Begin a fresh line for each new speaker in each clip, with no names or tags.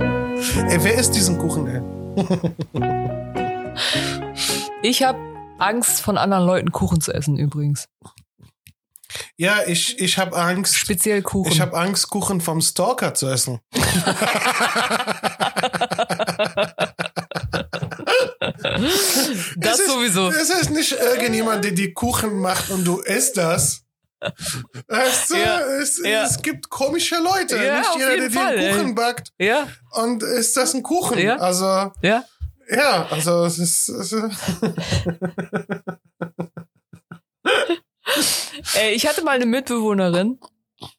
Ey, wer isst diesen Kuchen, ey?
Ich habe Angst, von anderen Leuten Kuchen zu essen übrigens.
Ja, ich, ich habe Angst.
Speziell Kuchen.
Ich habe Angst, Kuchen vom Stalker zu essen.
das
Es ist,
sowieso.
Es ist nicht irgendjemand, der die Kuchen macht und du isst das. Weißt du,
Ja,
es,
ja.
es gibt komische Leute.
Ja,
nicht
auf
jeder, der
jeden Fall,
dir
ey.
einen Kuchen backt
Ja,
und ist das ein Kuchen.
Ja.
Also,
ja.
ja, also es ist. Es ist
Ey, ich hatte mal eine Mitbewohnerin,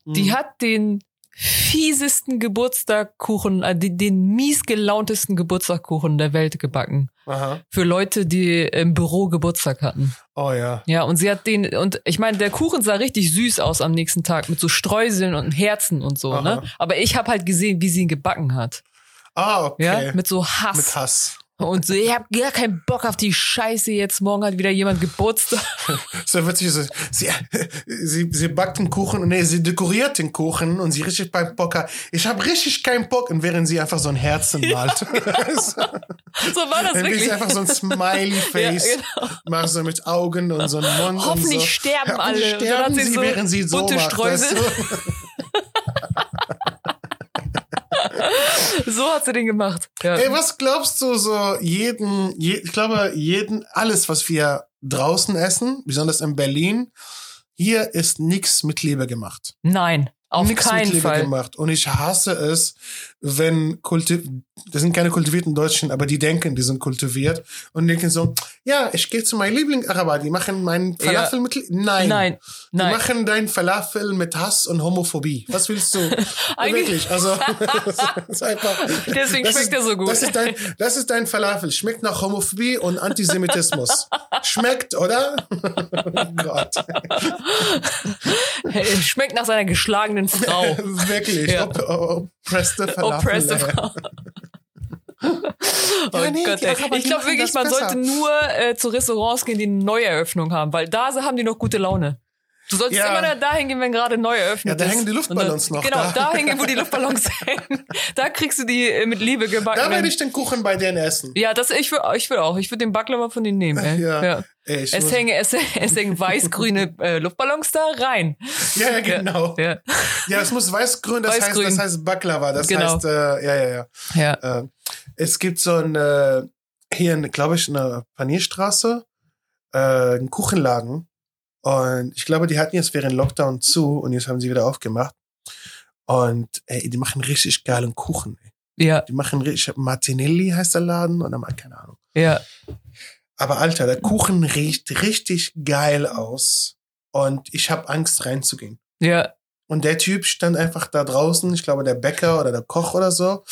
Mhm.
die hat den fiesesten Geburtstagkuchen, äh, den, den mies gelauntesten Geburtstagkuchen der Welt gebacken.
Aha.
Für Leute, die im Büro Geburtstag hatten.
Oh ja.
Ja, und sie hat den, und ich meine, der Kuchen sah richtig süß aus am nächsten Tag mit so Streuseln und Herzen und so,
Aha.
ne? Aber ich habe halt gesehen, wie sie ihn gebacken hat.
Ah,
Ja,
okay.
mit so Hass.
Mit Hass.
Und so, ich hab gar keinen Bock auf die Scheiße jetzt. Morgen hat wieder jemand Geburtstag.
So witzig. So, sie, sie, sie backt den Kuchen, nee, sie dekoriert den Kuchen und sie richtig beim Poker. Ich habe richtig keinen Bock. Und während sie einfach so ein Herzen malt.
So war das
Dann will
wirklich.
sie einfach so ein Smiley-Face
Ja, genau.
machen, so mit Augen und so einen Mund.
Hoffentlich
und so.
sterben alle.
Hoffentlich
Und dann hat
Sterben
sie
sie,
so
während sie so
bunte
macht,
Streusel.
weißt du?
So hat sie den gemacht. Ja.
Ey, was glaubst du so jeden, je, ich glaube, jeden, alles, was wir draußen essen, besonders in Berlin, hier ist nichts mit Liebe gemacht.
Nein, auf
Nix mit
keinen
Liebe
Fall.
gemacht. Und ich hasse es, wenn kulti das sind keine kultivierten Deutschen, aber die denken, die sind kultiviert und denken so, ja, ich gehe zu meinem Lieblingsaraber, die machen meinen
Ja.
Falafel mit, Li- nein.
Nein,
Die
nein.
machen dein Falafel mit Hass und Homophobie. Was willst du?
Eigentlich-
Wirklich, also das ist einfach,
Deswegen
das
schmeckt
ist,
er so gut.
Das ist, dein, das ist dein Falafel. Schmeckt nach Homophobie und Antisemitismus. Schmeckt, oder? Oh Gott.
Hey, Schmeckt nach seiner geschlagenen Frau.
Wirklich.
Ja.
Op op oppressed Falafel.
Oppressed
ey.
Frau.
Ja,
Oh
nee,
Gott,
die
ey.
Araber,
Ich
die
glaube
machen
wirklich,
das
man
besser.
sollte nur äh, zu Restaurants gehen, die eine Neueröffnung haben, weil da haben die noch gute Laune. Du solltest
Ja.
immer da hingehen, wenn gerade neu eröffnet
Ja, da
ist.
hängen die Luftballons
Und
noch
Genau,
da.
da hängen, wo die Luftballons hängen. Da kriegst du die äh, mit Liebe gebacken.
Da werde ich den Kuchen bei denen essen.
ja, das ich würde ich würd auch. Ich würde den Baklava von denen nehmen. Ey.
Ja.
Ja.
Ey, ich
Es
muss-
hängen, es, es hängen weiß-grüne äh, Luftballons da rein.
ja, ja, genau. Ja,
Ja,
es muss weiß-grün, das, heißt,
Weiß-grün.
das heißt Baklava. Das
Genau.
heißt, äh, ja, ja, ja.
ja.
Äh, es gibt so eine, hier, glaube ich, eine Panierstraße, äh, einen Kuchenladen. Und ich glaube, die hatten jetzt während Lockdown zu und jetzt haben sie wieder aufgemacht. Und ey, die machen richtig geilen Kuchen. Ey.
Ja,
Die machen richtig, Martinelli heißt der Laden und dann mal, keine Ahnung.
ja.
Aber Alter, der Kuchen riecht richtig geil aus und ich habe Angst reinzugehen.
Ja,
Und der Typ stand einfach da draußen, ich glaube der Bäcker oder der Koch oder so.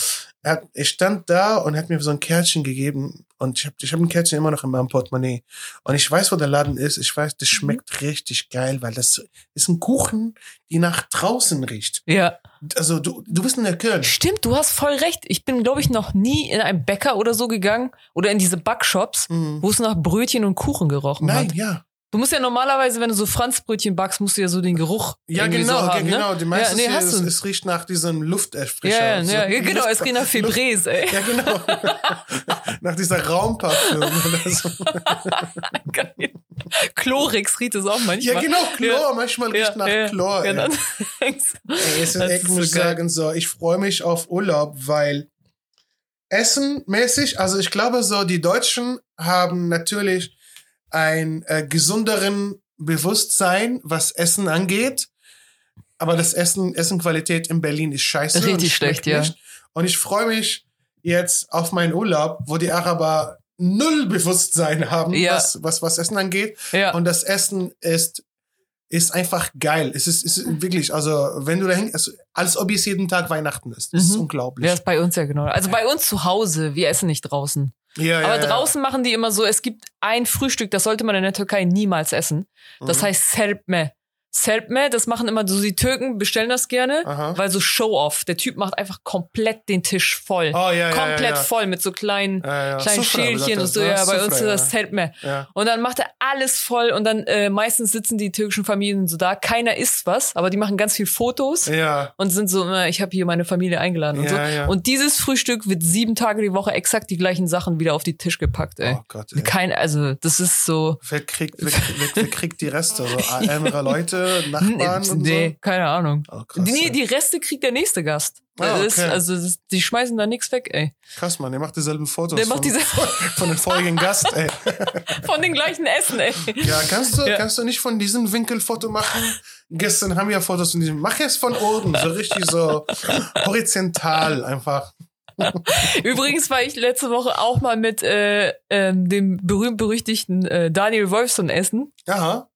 Er, hat, er stand da und hat mir so ein Kärtchen gegeben und ich habe ich hab ein Kärtchen immer noch in meinem Portemonnaie. Und ich weiß, wo der Laden ist. Ich weiß, das schmeckt richtig geil, weil das ist ein Kuchen, die nach draußen riecht.
ja.
Also du, du bist in der Köln.
Stimmt, du hast voll recht. Ich bin, glaube ich, noch nie in einen Bäcker oder so gegangen oder in diese Backshops,
Mhm.
wo es nach Brötchen und Kuchen gerochen
Nein,
hat.
ja.
Du musst ja normalerweise, wenn du so Franzbrötchen backst, musst du ja so den Geruch
Ja,
irgendwie
genau,
so
ja,
haben,
genau.
Ne?
Die meisten
ja,
ja,
nee, hast
es,
du.
es riecht nach diesem Lufterfrischer.
Ja, ja,
So
ja, ja, genau,
Luft-
es riecht nach Febrés, ey.
Ja, genau. nach dieser Raumpaffel. oder so.
Geil. Chlorix riecht es auch manchmal.
Ja, genau, Chlor. Manchmal riecht
Ja,
nach
ja, genau.
Chlor.
ja,
ey.
dann denkst du-
Ey, es ist,
Das
ich
ist
muss
so geil.
sagen, so, ich freue mich auf Urlaub, weil essenmäßig, also ich glaube so, die Deutschen haben natürlich ein äh, gesünderen Bewusstsein, was Essen angeht. Aber das Essen, Essenqualität in Berlin ist scheiße. und
Richtig
schmeckt
schlecht, ja.
nicht. Und ich freue mich jetzt auf meinen Urlaub, wo die Araber null Bewusstsein haben,
Ja.
was, was, was Essen angeht.
ja.
Und das Essen ist, ist einfach geil. Es ist, es
Mhm.
ist wirklich, also wenn du da hängst, also, als ob es jeden Tag Weihnachten ist. Das ist
Mhm.
unglaublich.
ja, ist bei uns ja genau. Also bei uns zu Hause, wir essen nicht draußen.
Ja, ja,
Aber
ja.
draußen machen
Mhm.
die immer so, es gibt ein Frühstück, das sollte man in der Türkei niemals essen. Das heißt Serpme. Selpme, das machen immer so die Türken, bestellen das gerne,
Aha.
weil so Show-off. Der Typ macht einfach komplett den Tisch voll.
Oh, ja, ja,
komplett
ja, ja.
voll mit so kleinen,
Ja, ja.
kleinen
Sufra,
Schälchen
sagt
und so.
das, ne?
Ja, bei
Sufra,
uns ist
ja.
das Selpme.
Ja.
Und dann macht er alles voll und dann äh, meistens sitzen die türkischen Familien so da. Keiner isst was, aber die machen ganz viel Fotos
Ja.
und sind so, "Na, ich habe hier meine Familie eingeladen und
Ja,
so.
ja.
Und dieses Frühstück wird sieben Tage die Woche exakt die gleichen Sachen wieder auf den Tisch gepackt, ey.
Oh Gott, ey.
Kein, also das ist so.
Wer kriegt, wer, wer, wer kriegt die Reste? So ärmere Leute, Nachbarn und
nee, keine Ahnung.
so? Oh, krass,
nee,
ey.
die Reste kriegt der nächste Gast.
Ah,
Das ist,
okay.
also das, ist- die schmeißen da nichts weg, ey.
krass, Mann. Der macht dieselben Fotos
Der macht
von,
diese
von dem vorigen Gast, ey.
von den gleichen Essen, ey.
Ja, kannst du,
Ja.
kannst du nicht von diesem Winkel Foto machen? Gestern haben wir Fotos von diesem. Mach es von oben, so richtig so horizontal einfach.
Übrigens war ich letzte Woche auch mal mit äh, ähm, dem berühmt-berüchtigten äh, Daniel Wolfson essen.
Aha.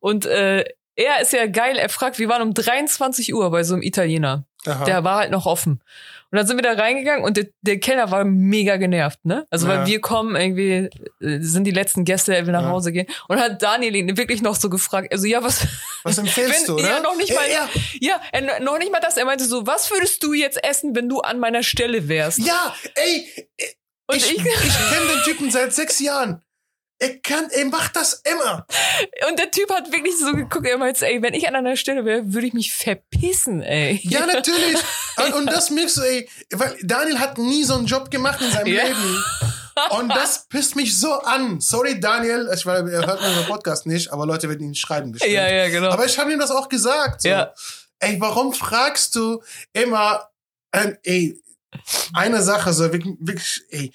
Und äh, er ist ja geil, er fragt, wir waren um 23 Uhr bei so einem Italiener.
Aha.
Der war halt noch offen. Und dann sind wir da reingegangen und der, der Kellner war mega genervt, ne? Also
Ja.
weil wir kommen irgendwie, äh, sind die letzten Gäste, er will nach
Ja.
Hause gehen. Und hat Daniel ihn wirklich noch so gefragt, also ja, was,
Was empfehlst
Wenn-
du, oder?
ja, noch nicht mal-
Ja,
ja, er, noch nicht mal das. Er meinte so, was würdest du jetzt essen, wenn du an meiner Stelle wärst?
ja ey,
und
ich,
ich,
ich kenne den Typen seit sechs Jahren. Er kann, er macht das immer.
Und der Typ hat wirklich so geguckt, er meinte, ey, wenn ich an einer Stelle wäre, würde ich mich verpissen, ey.
Ja, natürlich. Und, und das merkst du, ey, weil Daniel hat nie so einen Job gemacht in seinem
Ja.
Leben. Und das pisst mich so an. Sorry, Daniel. Ich weiß, er hört unseren Podcast nicht, aber Leute werden ihn schreiben bestimmt.
ja, ja, genau.
Aber ich habe ihm das auch gesagt. So.
Ja.
Ey, warum fragst du immer, ähm, ey, eine Sache, so wirklich, wirklich ey,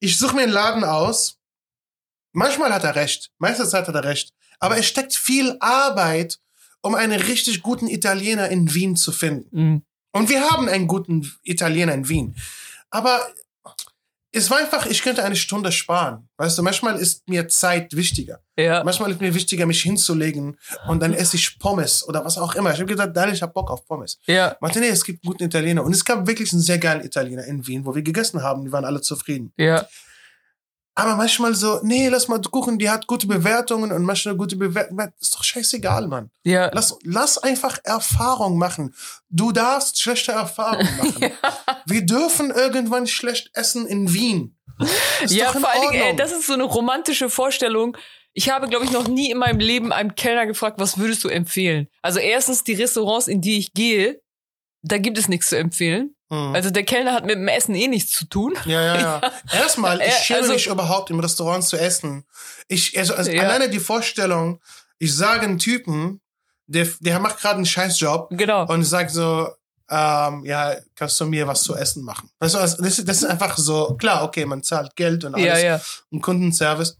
ich suche mir einen Laden aus. Manchmal hat er recht, meistens hat er recht. Aber es steckt viel Arbeit, um einen richtig guten Italiener in Wien zu finden.
Mhm.
Und wir haben einen guten Italiener in Wien. Aber es war einfach, ich könnte eine Stunde sparen. Weißt du, manchmal ist mir Zeit wichtiger.
ja.
Manchmal ist mir wichtiger, mich hinzulegen und dann esse ich Pommes oder was auch immer. Ich habe gesagt, Daniel, ich habe Bock auf Pommes.
ja.
Martin, nee, es gibt einen guten Italiener. Und es gab wirklich einen sehr geilen Italiener in Wien, wo wir gegessen haben. Die waren alle zufrieden.
Ja.
Aber manchmal so, nee, lass mal gucken, die hat gute Bewertungen und manchmal gute Bewertungen. Ist doch scheißegal, Mann.
Ja.
Lass, lass einfach Erfahrung machen. Du darfst schlechte Erfahrung machen. Wir dürfen irgendwann schlecht essen in Wien. Ist
ja,
doch in
vor allen Dingen, ey,
Ordnung.
das ist so eine romantische Vorstellung. Ich habe, glaube ich, noch nie in meinem Leben einem Kellner gefragt, was würdest du empfehlen? Also erstens, die Restaurants, in die ich gehe, da gibt es nichts zu empfehlen.
Hm.
Also der Kellner hat mit dem Essen eh nichts zu tun.
Ja, ja, ja. Erstmal, ich
Äh,
schäme
also-
mich überhaupt, im Restaurant zu essen. Ich, also, also
Ja.
alleine die Vorstellung, ich sage einen Typen, der, der macht gerade einen Scheißjob
Genau.
und ich sage so, ähm, ja, kannst du mir was zu essen machen? Weißt du, also, das, ist- das ist einfach so, klar, okay, man zahlt Geld und alles
ja, ja.
und Kundenservice.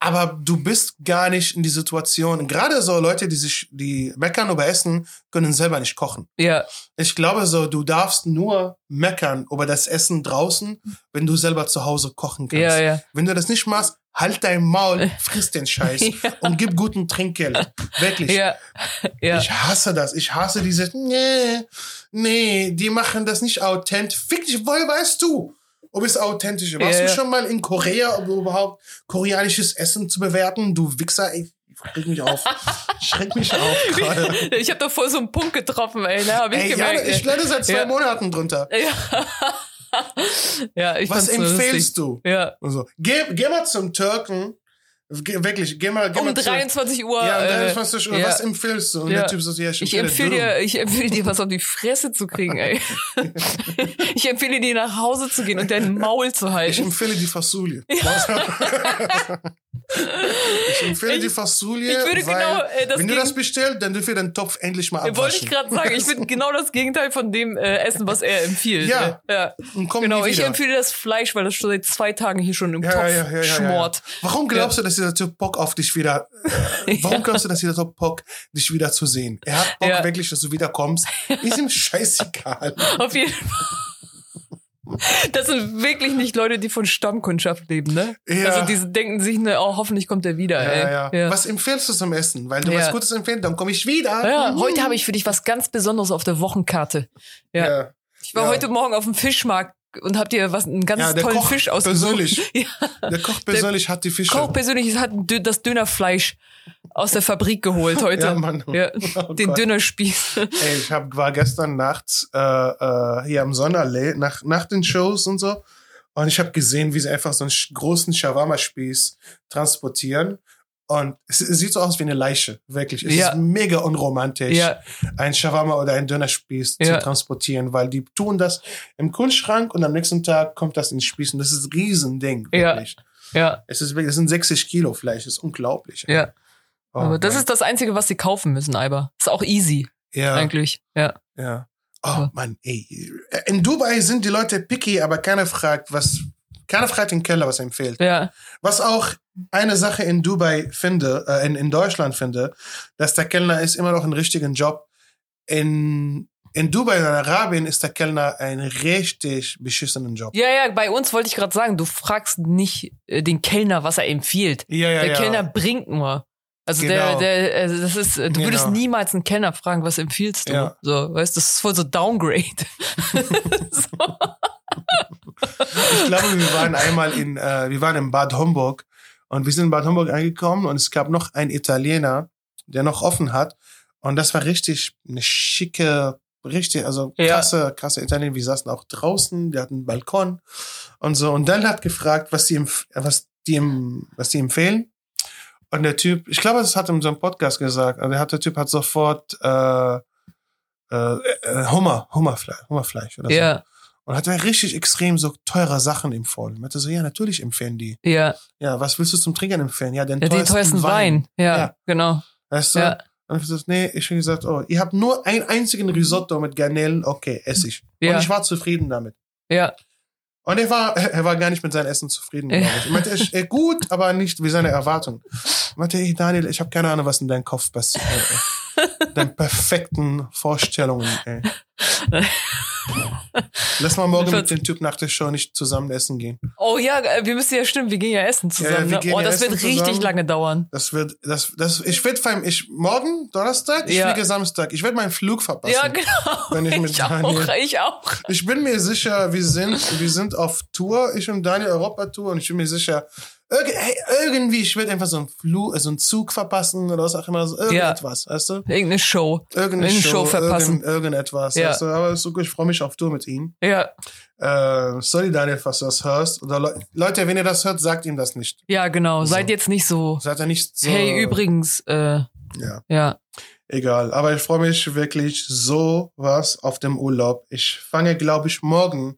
Aber du bist gar nicht in die Situation. Gerade so Leute, die sich, die meckern über Essen, können selber nicht kochen.
Ja.
Ich glaube so, du darfst nur meckern über das Essen draußen, wenn du selber zu Hause kochen kannst.
Ja, ja.
Wenn du das nicht machst, halt dein Maul, friss den Scheiß und gib guten Trinkgeld. Wirklich.
Ja. Ja.
Ich hasse das. Ich hasse diese, nee, nee, die machen das nicht authentisch. Fick dich, woher weißt du, ob es authentisch ist? Warst
Ja,
du
ja.
schon mal in Korea, um überhaupt koreanisches Essen zu bewerten? Du Wichser, ich reg mich auf. Ich reg mich auf gerade.
Ich habe da voll so einen Punkt getroffen, ey. Da habe ich
Ey,
gemerkt.
ja, ich
ey.
leide seit zwei
Ja.
Monaten drunter.
Ja. ja, ich
Was
fand's so
empfehlst
lustig.
du?
Ja.
Und so. Geh, geh mal zum Türken. Geh, wirklich, geh mal. Geh
Um
mal zu-
23 Uhr.
Ja, um
äh,
23 Uhr.
ja.
Was empfiehlst du? Und
Ja.
der Typ so, ja, ich
Ich
empfehle,
empfehle dir, ich empfehle dir, was auf die Fresse zu kriegen, ey. ich empfehle dir, nach Hause zu gehen und dein Maul zu
Ich
halten.
empfehle die Fasulie. ich empfehle
Ich-
die Fasulie.
ich würde
weil,
genau, äh, das
Wenn du
gegen-
das bestellst, dann dürfen wir den Topf endlich mal abwaschen.
Wollte ich gerade sagen, ich bin genau das Gegenteil von dem äh, Essen, was er empfiehlt.
Ja.
ne? ja.
Und komm
Genau,
nie
ich
wieder.
empfehle das Fleisch, weil das schon seit zwei Tagen hier schon im Topf schmort.
Warum glaubst du, dass dieser Typ Bock auf dich wieder, äh, warum glaubst du, dass dieser Typ Bock, dich wieder zu sehen? Er hat Bock
Ja.
wirklich, dass du wiederkommst. Ist ihm scheißegal.
Auf jeden Fall. Das sind wirklich nicht Leute, die von Stammkundschaft leben, ne?
Ja.
Also die denken sich, ne, oh, hoffentlich kommt er wieder, ey.
Ja, ja. Was empfiehlst du zum Essen? Weil du
Ja.
was Gutes empfiehlst, dann komme ich wieder.
Ja, heute habe ich für dich was ganz Besonderes auf der Wochenkarte. Ja.
Ja.
Ich war
Ja.
heute Morgen auf dem Fischmarkt. und habt ihr was einen ganz
Ja, der
tollen
Koch
Fisch ausgesucht.
persönlich.
Ja,
Der Koch persönlich hat die Fische.
Koch persönlich hat dö- das Dönerfleisch aus der Fabrik geholt heute.
Ja, Mann.
Ja,
Oh
den
Gott.
Dönerspieß.
Ey, ich hab, war gestern nachts äh, äh, hier am Sonnenallee, nach, nach den Shows und so. Und ich habe gesehen, wie sie einfach so einen sch- großen Shawarma-Spieß transportieren. Und es, es sieht so aus wie eine Leiche, wirklich. Es
Ja.
ist mega unromantisch,
Ja,
einen Shawarma oder einen Dönerspieß
Ja.
zu transportieren, weil die tun das im Kühlschrank und am nächsten Tag kommt das in den Spieß. Und das ist ein Riesending,
Ja.
wirklich.
ja,
Es ist wirklich, das sind 60 Kilo Fleisch, das ist unglaublich.
ja.
Oh
Aber das
Mann.
ist das Einzige, was sie kaufen müssen, Alba. Ist auch easy,
ja.
eigentlich. Ja.
Ja. Oh
Ja.
Mann, ey. Äh, In Dubai sind die Leute picky, aber keiner fragt, was. Keiner fragt den Keller, was er empfiehlt.
Ja.
Was auch eine Sache in Dubai finde, äh, in, in Deutschland finde, dass der Kellner ist immer noch einen richtigen Job. In, in Dubai und in Arabien ist der Kellner ein richtig beschissenen Job.
Ja, ja, bei uns wollte ich gerade sagen, du fragst nicht äh, den Kellner, was er empfiehlt.
Ja, ja,
der Kellner bringt nur. Also
Genau.
der, der, äh, das ist, äh, du würdest
Genau.
niemals einen Kellner fragen, was empfiehlst du?
Ja.
So, weißt du, das ist voll so Downgrade. so.
Ich glaube, wir waren einmal in, äh, wir waren in Bad Homburg und wir sind in Bad Homburg angekommen und es gab noch einen Italiener, der noch offen hat und das war richtig eine schicke, richtig, also
Ja.
krasse, krasse Italiener. Wir saßen auch draußen, wir hatten einen Balkon und so und dann hat gefragt, was die, empf- äh, was die, em- was die empfehlen. Und der Typ, ich glaube, das hat er in so einem Podcast gesagt, also der, hat, der Typ hat sofort äh, äh, äh, Hummer, Hummerfleisch, Hummerfleisch oder so.
Ja,
Und hat mir richtig extrem so teure Sachen empfohlen. Ich hatte so, ja, natürlich empfehlen die.
ja.
Ja, was willst du zum Trinken empfehlen? Ja, den,
ja den
teuersten,
teuersten Wein. Ja,
Ja.
genau.
Weißt du?
Ja,
Und ich gesagt, nee, ich habe gesagt, oh, ihr habt nur einen einzigen Risotto mit Garnelen, okay, esse ich.
Ja.
Und ich war zufrieden damit.
ja,
Und er war, er war gar nicht mit seinem Essen zufrieden,
Ja.
glaube ich. Ich meinte, er ist, äh, gut, aber nicht wie seine Erwartungen. Ich meinte, hey, Daniel, ich habe keine Ahnung, was in deinem Kopf passiert. ey. Deine perfekten Vorstellungen, ey. Lass mal morgen mit dem Typ nach der Show nicht zusammen essen gehen.
Oh ja, äh, wir müssen ja stimmen, wir gehen ja essen zusammen.
wir
ne?
gehen
oh,
ja
das wird
essen
richtig
zusammen.
lange dauern.
Das wird, das, das, ich werde vor allem, ich, morgen, Donnerstag, ich
Ja.
fliege Samstag. Ich werde meinen Flug verpassen.
Ja, genau.
Wenn ich mit
auch,
Daniel-
ich auch.
Ich bin mir sicher, wir sind, wir sind auf Tour, ich und Daniel Europa-Tour und ich bin mir sicher, irg hey, irgendwie, ich werde einfach so einen Flug, so einen Zug verpassen oder was auch immer, so irgendetwas, weißt du?
Irgendeine Show.
Irgendeine
Eine
Show,
Show verpassen.
Irgend, irgendetwas,
Ja.
weißt du? Aber ist so gut, ich freue mich auf Tour mit ihm.
Ja,
Äh, sorry, Daniel, falls du das hörst. Oder Le Leute, wenn ihr das hört, sagt ihm das nicht.
ja, genau. Seid
So.
jetzt nicht so.
Seid ihr nicht so.
Hey, übrigens, äh,
Ja.
ja.
Egal, aber ich freue mich wirklich so was auf dem Urlaub. Ich fange, glaube ich, morgen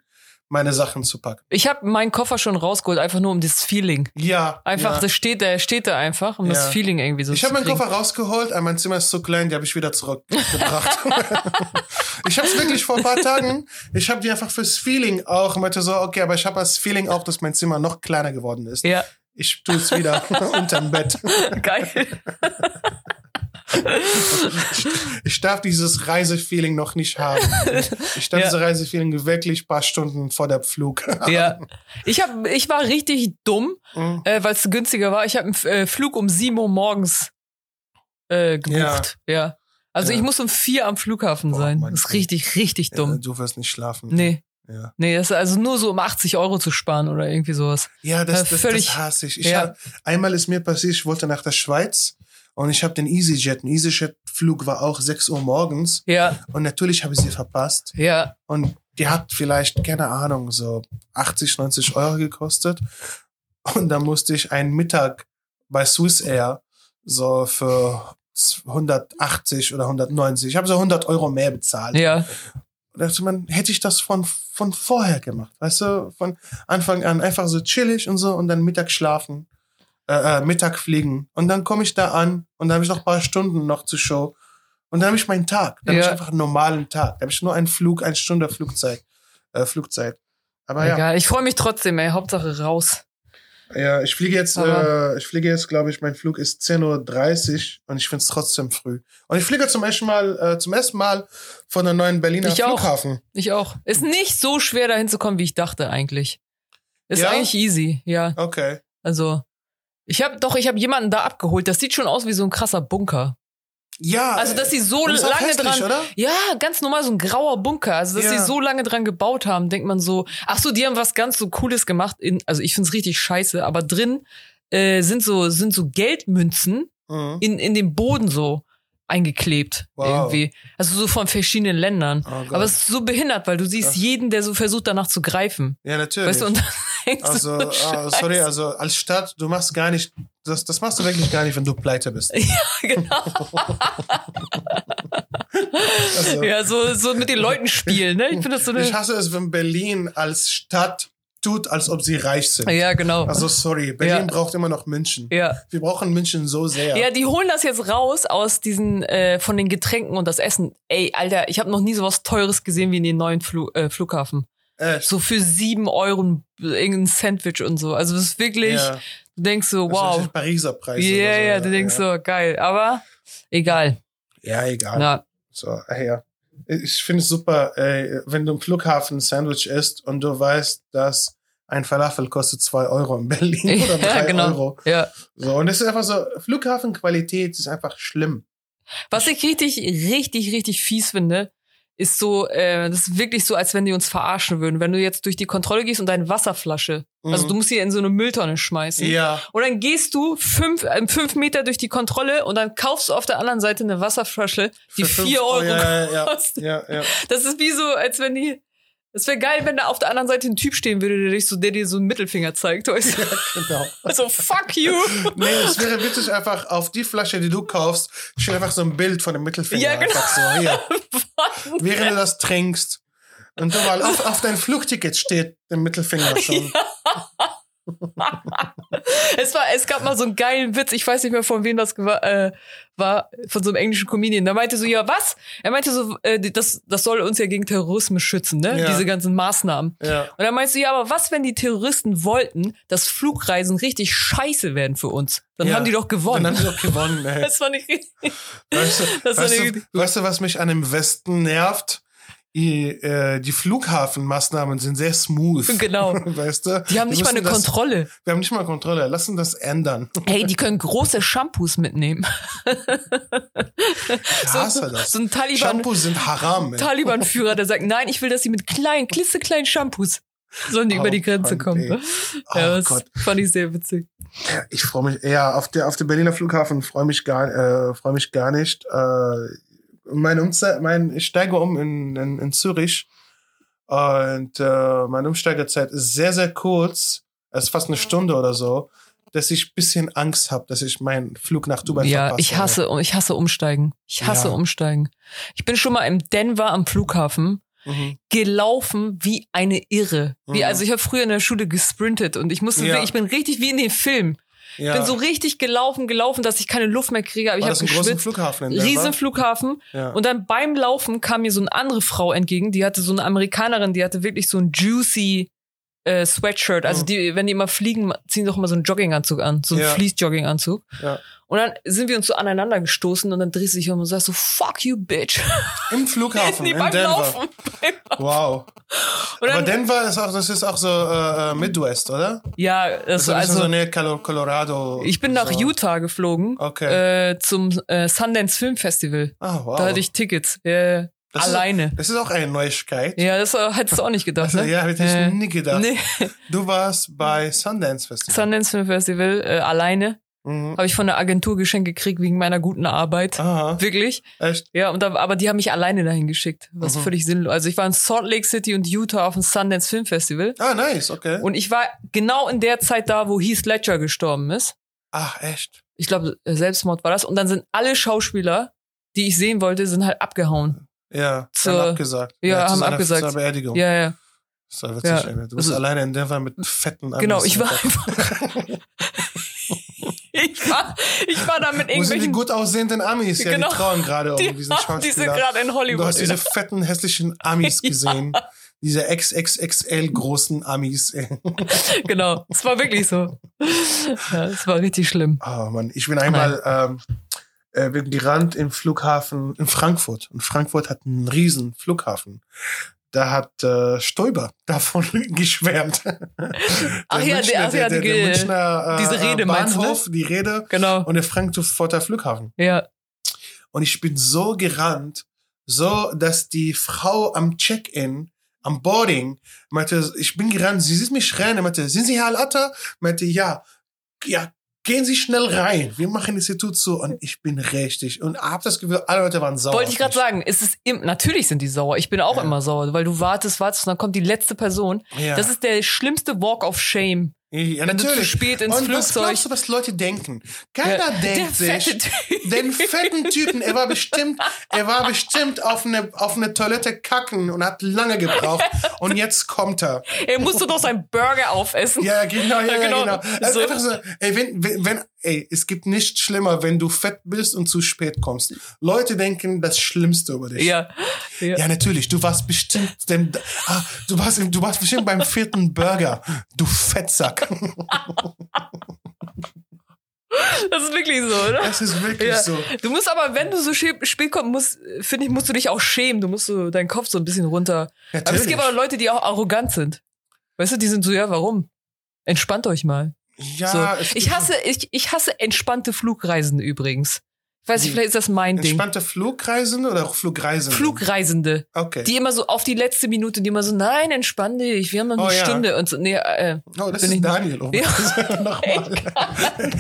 meine Sachen zu packen.
Ich habe meinen Koffer schon rausgeholt, einfach nur um dieses Feeling.
Ja.
Einfach,
ja.
das steht da, steht da einfach, um das
Ja.
Feeling irgendwie so
Ich
zu
habe meinen
kriegen.
Koffer rausgeholt, aber mein Zimmer ist so klein, die habe ich wieder zurückgebracht. ich habe es wirklich vor ein paar Tagen, ich habe die einfach fürs Feeling auch, und meinte so, okay, aber ich habe das Feeling auch, dass mein Zimmer noch kleiner geworden ist.
Ja,
Ich tue es wieder unterm Bett.
geil.
Ich darf dieses Reisefeeling noch nicht haben. Ich darf
Ja.
dieses Reisefeeling wirklich ein paar Stunden vor der Flug.
ja. Ich, hab, ich war richtig dumm,
Mhm.
äh, weil es günstiger war. Ich habe einen äh, Flug um 7 Uhr morgens äh, gebucht. Ja. Also
Ja.
ich muss um 4 am Flughafen
Boah,
sein.
Mann.
Das ist richtig, richtig
Äh,
dumm.
Du wirst nicht schlafen.
Nee.
Ja,
Nee, das ist also nur so um 80 Euro zu sparen oder irgendwie sowas.
ja das,
Äh,
das,
völlig-
das hasse ich. ich
ja.
hab, einmal ist mir passiert, ich wollte nach der Schweiz und ich habe den EasyJet. Ein EasyJet-Flug war auch 6 Uhr morgens
Ja,
und natürlich habe ich sie verpasst.
ja,
Und die hat vielleicht, keine Ahnung, so 80, 90 Euro gekostet. Und dann musste ich einen Mittag bei Swiss Air so für 180 oder 190, ich habe so 100 Euro mehr bezahlt.
ja.
Und dachte man, hätte ich das von, von vorher gemacht, weißt du, von Anfang an einfach so chillig und so und dann Mittag schlafen, äh, äh, Mittag fliegen und dann komme ich da an und dann habe ich noch ein paar Stunden noch zur Show und dann habe ich meinen Tag, dann
Ja.
habe ich einfach einen normalen Tag, da habe ich nur einen Flug, eine Stunde Flugzeit, äh, Flugzeit. Aber ja,
Egal. Ich freue mich trotzdem, ey. Hauptsache raus.
ja, ich fliege jetzt,
Aber-
äh, ich fliege jetzt, glaube ich, mein Flug ist 10.30 Uhr und ich finde es trotzdem früh. Und ich fliege zum ersten Mal, äh, zum ersten Mal von der neuen Berliner
Ich auch.
Flughafen.
Ich auch. Ist nicht so schwer dahin zu kommen, wie ich dachte eigentlich. Ist
Ja?
eigentlich easy, ja.
Okay.
Also ich habe doch, ich habe jemanden da abgeholt. Das sieht schon aus wie so ein krasser Bunker.
Ja. äh,
Also, dass sie so
und ist auch
lange
hässlich,
dran.
oder?
Ja, ganz normal, so ein grauer Bunker. Also, dass
Ja.
sie so lange dran gebaut haben, denkt man so, ach so, die haben was ganz so Cooles gemacht. In, also, ich find's richtig scheiße, aber drin äh, sind, so, sind so Geldmünzen
Mhm.
in, in den Boden so eingeklebt.
Wow.
Irgendwie. Also, so von verschiedenen Ländern.
Oh Gott.
aber es ist so behindert, weil du siehst
Krass.
jeden, der so versucht, danach zu greifen.
ja, natürlich.
Weißt du, und dann denkst du
also,
so,
ah, sorry, also als Stadt, du machst gar nicht, das, das machst du wirklich gar nicht, wenn du pleite bist.
genau.
Also,
Ja, so, so mit den Leuten spielen, ne? Ich finde das so
Ich
eine.
hasse es, wenn Berlin als Stadt tut, als ob sie reich sind.
Ja, genau.
Also sorry, Berlin
Ja.
braucht immer noch München.
ja.
Wir brauchen München so sehr.
Ja, die holen das jetzt raus aus diesen äh, von den Getränken und das Essen. Ey, Alter, ich habe noch nie sowas Teures gesehen wie in den neuen Flu äh, Flughafen.
Äh,
So für sieben Euro ein- irgendein Sandwich und so. Also das ist wirklich,
ja.
du denkst so,
Das sind
wow.
natürlich Pariser Preise.
Ja,
oder so,
ja, du denkst so, geil. Aber egal.
Ja, egal.
Na,
So, äh, ja. Ich finde es super, äh, wenn du im Flughafen ein Sandwich isst und du weißt, dass ein Falafel kostet zwei Euro in Berlin oder
ja,
drei
genau.
Euro.
Ja.
So, und es ist einfach so, Flughafenqualität ist einfach schlimm.
Was ich richtig, richtig, richtig fies finde, ist so, äh, das ist wirklich so, als wenn die uns verarschen würden. Wenn du jetzt durch die Kontrolle gehst und deine Wasserflasche, also
Mhm.
du musst sie in so eine Mülltonne schmeißen.
Ja,
Und dann gehst du fünf, äh, fünf Meter durch die Kontrolle und dann kaufst du auf der anderen Seite eine Wasserflasche, die
für fünf- Oh,
vier Euro
Ja, ja,
kostet.
ja, ja, ja.
Das ist wie so, als wenn die. Es wäre geil, wenn da auf der anderen Seite ein Typ stehen würde, der, dich so, der dir so einen Mittelfinger zeigt. Weißt du?
genau.
So, fuck you.
Nee, es wäre witzig einfach auf die Flasche, die du kaufst, steht einfach so ein Bild von dem Mittelfinger.
Ja, genau.
Einfach so, hier. Während du das trinkst. Und du mal auf, auf dein Flugticket steht der Mittelfinger schon.
Es, war, es gab mal so einen geilen Witz, ich weiß nicht mehr, von wem das gewa- äh, war, von so einem englischen Comedian. Da meinte so, ja, was? Er meinte so, äh, das, das soll uns ja gegen Terrorismus schützen, ne?
Ja.
Diese ganzen Maßnahmen.
Ja.
Und dann meinst du, ja, aber was, wenn die Terroristen wollten, dass Flugreisen richtig scheiße werden für uns? Dann
Ja.
haben die doch
Dann
gewonnen.
haben sie doch gewonnen, ey.
das war nicht richtig.
Weißt du,
Das war
weißt,
eine
du, weißt du, was mich an dem Westen nervt? Die, äh, die Flughafenmaßnahmen sind sehr smooth.
Genau.
Weißt du?
Die haben nicht mal eine
müssen das,
Kontrolle.
Wir haben nicht mal Kontrolle. Lassen das ändern.
Hey, die können große Shampoos mitnehmen.
Ich hasse das.
So ein Taliban,
Shampoos sind haram. ey.
Taliban-Führer, der sagt, nein, ich will, dass sie mit kleinen, klitzekleinen Shampoos sollen die
Oh
über die Grenze
Mann,
kommen.
ey. Oh
ja, das
Gott.
fand ich sehr witzig.
Ich freue mich, ja, auf der, auf dem Berliner Flughafen freue mich gar, äh, freue mich gar nicht. Äh, mein Umze mein, ich steige um in, in, in Zürich und äh, meine Umsteigezeit ist sehr, sehr kurz. Es ist fast eine Stunde oder so, dass ich ein bisschen Angst habe, dass ich meinen Flug nach Dubai
ja,
verpasse.
ich hasse, um, ich hasse Umsteigen. Ich hasse
Ja.
Umsteigen. Ich bin schon mal im Denver am Flughafen
Mhm.
gelaufen wie eine Irre. Wie,
Mhm.
Also ich habe früher in der Schule gesprintet und ich musste,
Ja.
wirklich- ich bin richtig wie in den Film.
Ja.
Ich bin so richtig gelaufen, gelaufen, dass ich keine Luft mehr kriege, aber ich
War
habe
das ein großen
geschwitzt.
Flughafen in Denver?
Riesen Flughafen.
ja.
Und dann beim Laufen kam mir so eine andere Frau entgegen, die hatte so eine Amerikanerin, die hatte wirklich so ein juicy äh, Sweatshirt. Also
Mhm.
die, wenn die immer fliegen, ziehen sie doch immer so einen Jogginganzug an, so einen
Ja.
Fleece-Jogginganzug.
Ja.
Und dann sind wir uns so aneinander gestoßen und dann drehst du dich um und sagst so, fuck you, bitch.
Im Flughafen
nee,
in
beim
Denver.
Laufen.
Wow.
Und
Aber
dann,
Denver ist auch, das ist auch so äh, äh, Midwest, oder?
ja, das,
Das ist ein bisschen
also,
so näher Colo- Colorado.
Ich bin nach
so.
Utah geflogen
Okay.
äh, zum äh, Sundance Film Festival.
Ah, wow.
Da hatte ich Tickets. Äh,
Das ist-
alleine.
Das ist auch eine Neuigkeit.
ja, das äh, hättest du auch nicht gedacht,
Also,
ne?
ja, hätte ich
Äh,
nie gedacht.
Nee,
Du warst bei Sundance Festival.
Sundance Film Festival äh, alleine.
mhm.
Habe ich von der Agentur geschenkt gekriegt wegen meiner guten Arbeit.
Aha,
Wirklich.
echt?
Ja, und da, aber die haben mich alleine dahin geschickt. Was
Mhm.
völlig sinnlos. Also ich war in Salt Lake City und Utah auf dem Sundance Film Festival.
Ah, nice, okay.
Und ich war genau in der Zeit da, wo Heath Ledger gestorben ist.
Ach, echt?
Ich glaube, äh, Selbstmord war das. Und dann sind alle Schauspieler, die ich sehen wollte, sind halt abgehauen.
Ja,
Zur-
haben abgesagt.
Ja,
zu
haben
seiner-
abgesagt.
Zur Beerdigung.
Ja, ja.
Das war
Ja.
witzig. ey. Du bist
Also-
alleine in Denver mit fetten ne?
Genau,
Anlass
ich war
einfach.
einfach. ich, war, ich war da
Wo
mit
sind die
irgendwelchen.
gut aussehenden Amis? Ja,
Genau.
die trauen gerade um
Die,
diesen Schauspieler.
die sind gerade in
du
Hollywood.
hast diese
Diese
fetten, hässlichen Amis gesehen. Diese XXXL-großen Amis. ey.
genau, es war wirklich so. Ja, es war richtig schlimm.
Ah Mann, ich bin einmal ähm, äh, wegen gerannt im Flughafen in Frankfurt. Und Frankfurt hat einen riesen Flughafen. Da hat äh, Stoiber davon geschwärmt.
Ach ja, der- ach
der,
ja,
der,
die-
der Münchner äh,
diese Rede
äh,
meinst du,
Bahnhof, die Rede
Genau.
und der Frankfurter Flughafen.
Ja,
Und ich bin so gerannt, so, dass die Frau am Check-in, am Boarding, meinte, ich bin gerannt, sie sieht mich rennen, meinte, sind Sie Herr Al-Atta? Meinte, ja, ja, gehen Sie schnell rein, wir machen das Institut zu. Und ich bin richtig und hab das Gefühl, alle Leute waren sauer.
Wollte
auf
ich gerade
mich.
sagen, es ist im, natürlich sind die sauer. Ich bin auch
Ja.
immer sauer, weil du wartest, wartest und dann kommt die letzte Person.
Ja.
Das ist der schlimmste Walk of Shame.
Ja,
wenn du zu
natürlich.
spät ins
Und was
Flugzeug-
glaubst du, was Leute denken? Keiner
Ja,
denkt
der
sich,
fette Typ.
den fetten Typen, er war bestimmt, er war bestimmt auf eine, auf eine Toilette kacken und hat lange gebraucht und jetzt kommt er.
Er musste doch seinen Burger aufessen.
Ja, genau, ja,
Ja,
genau.
genau.
genau. Also
So.
einfach so, ey, wenn, wenn, wenn, ey, es gibt nichts schlimmer, wenn du fett bist und zu spät kommst. Leute denken das Schlimmste über dich.
Ja. ja.
Ja, natürlich. Du warst bestimmt, dem, ah, du warst, im- du warst bestimmt beim vierten Burger. Du Fettsack.
Das ist wirklich so, oder?
Das ist wirklich
Ja.
so.
Du musst aber, wenn du so schä- spät kommst, musst, finde ich, musst du dich auch schämen. Du musst so deinen Kopf so ein bisschen runter. Aber es
Natürlich.
gibt auch Leute, die auch arrogant sind. Weißt du, die sind so, ja, warum? Entspannt euch mal.
Ja, es
so.
gibt
Ich hasse, ich, ich hasse entspannte Flugreisen übrigens. Ich weiß nicht,
Wie?
vielleicht ist das mein Ding.
entspannte Flugreisende oder auch Flugreisende?
Flugreisende,
Okay.
die immer so auf die letzte Minute, die immer so, nein, entspann dich, wir haben noch eine
Oh, ja.
Stunde und so, nee, äh,
oh, das ist
bin ich-
Daniel. Oh,
Ja.
Nochmal.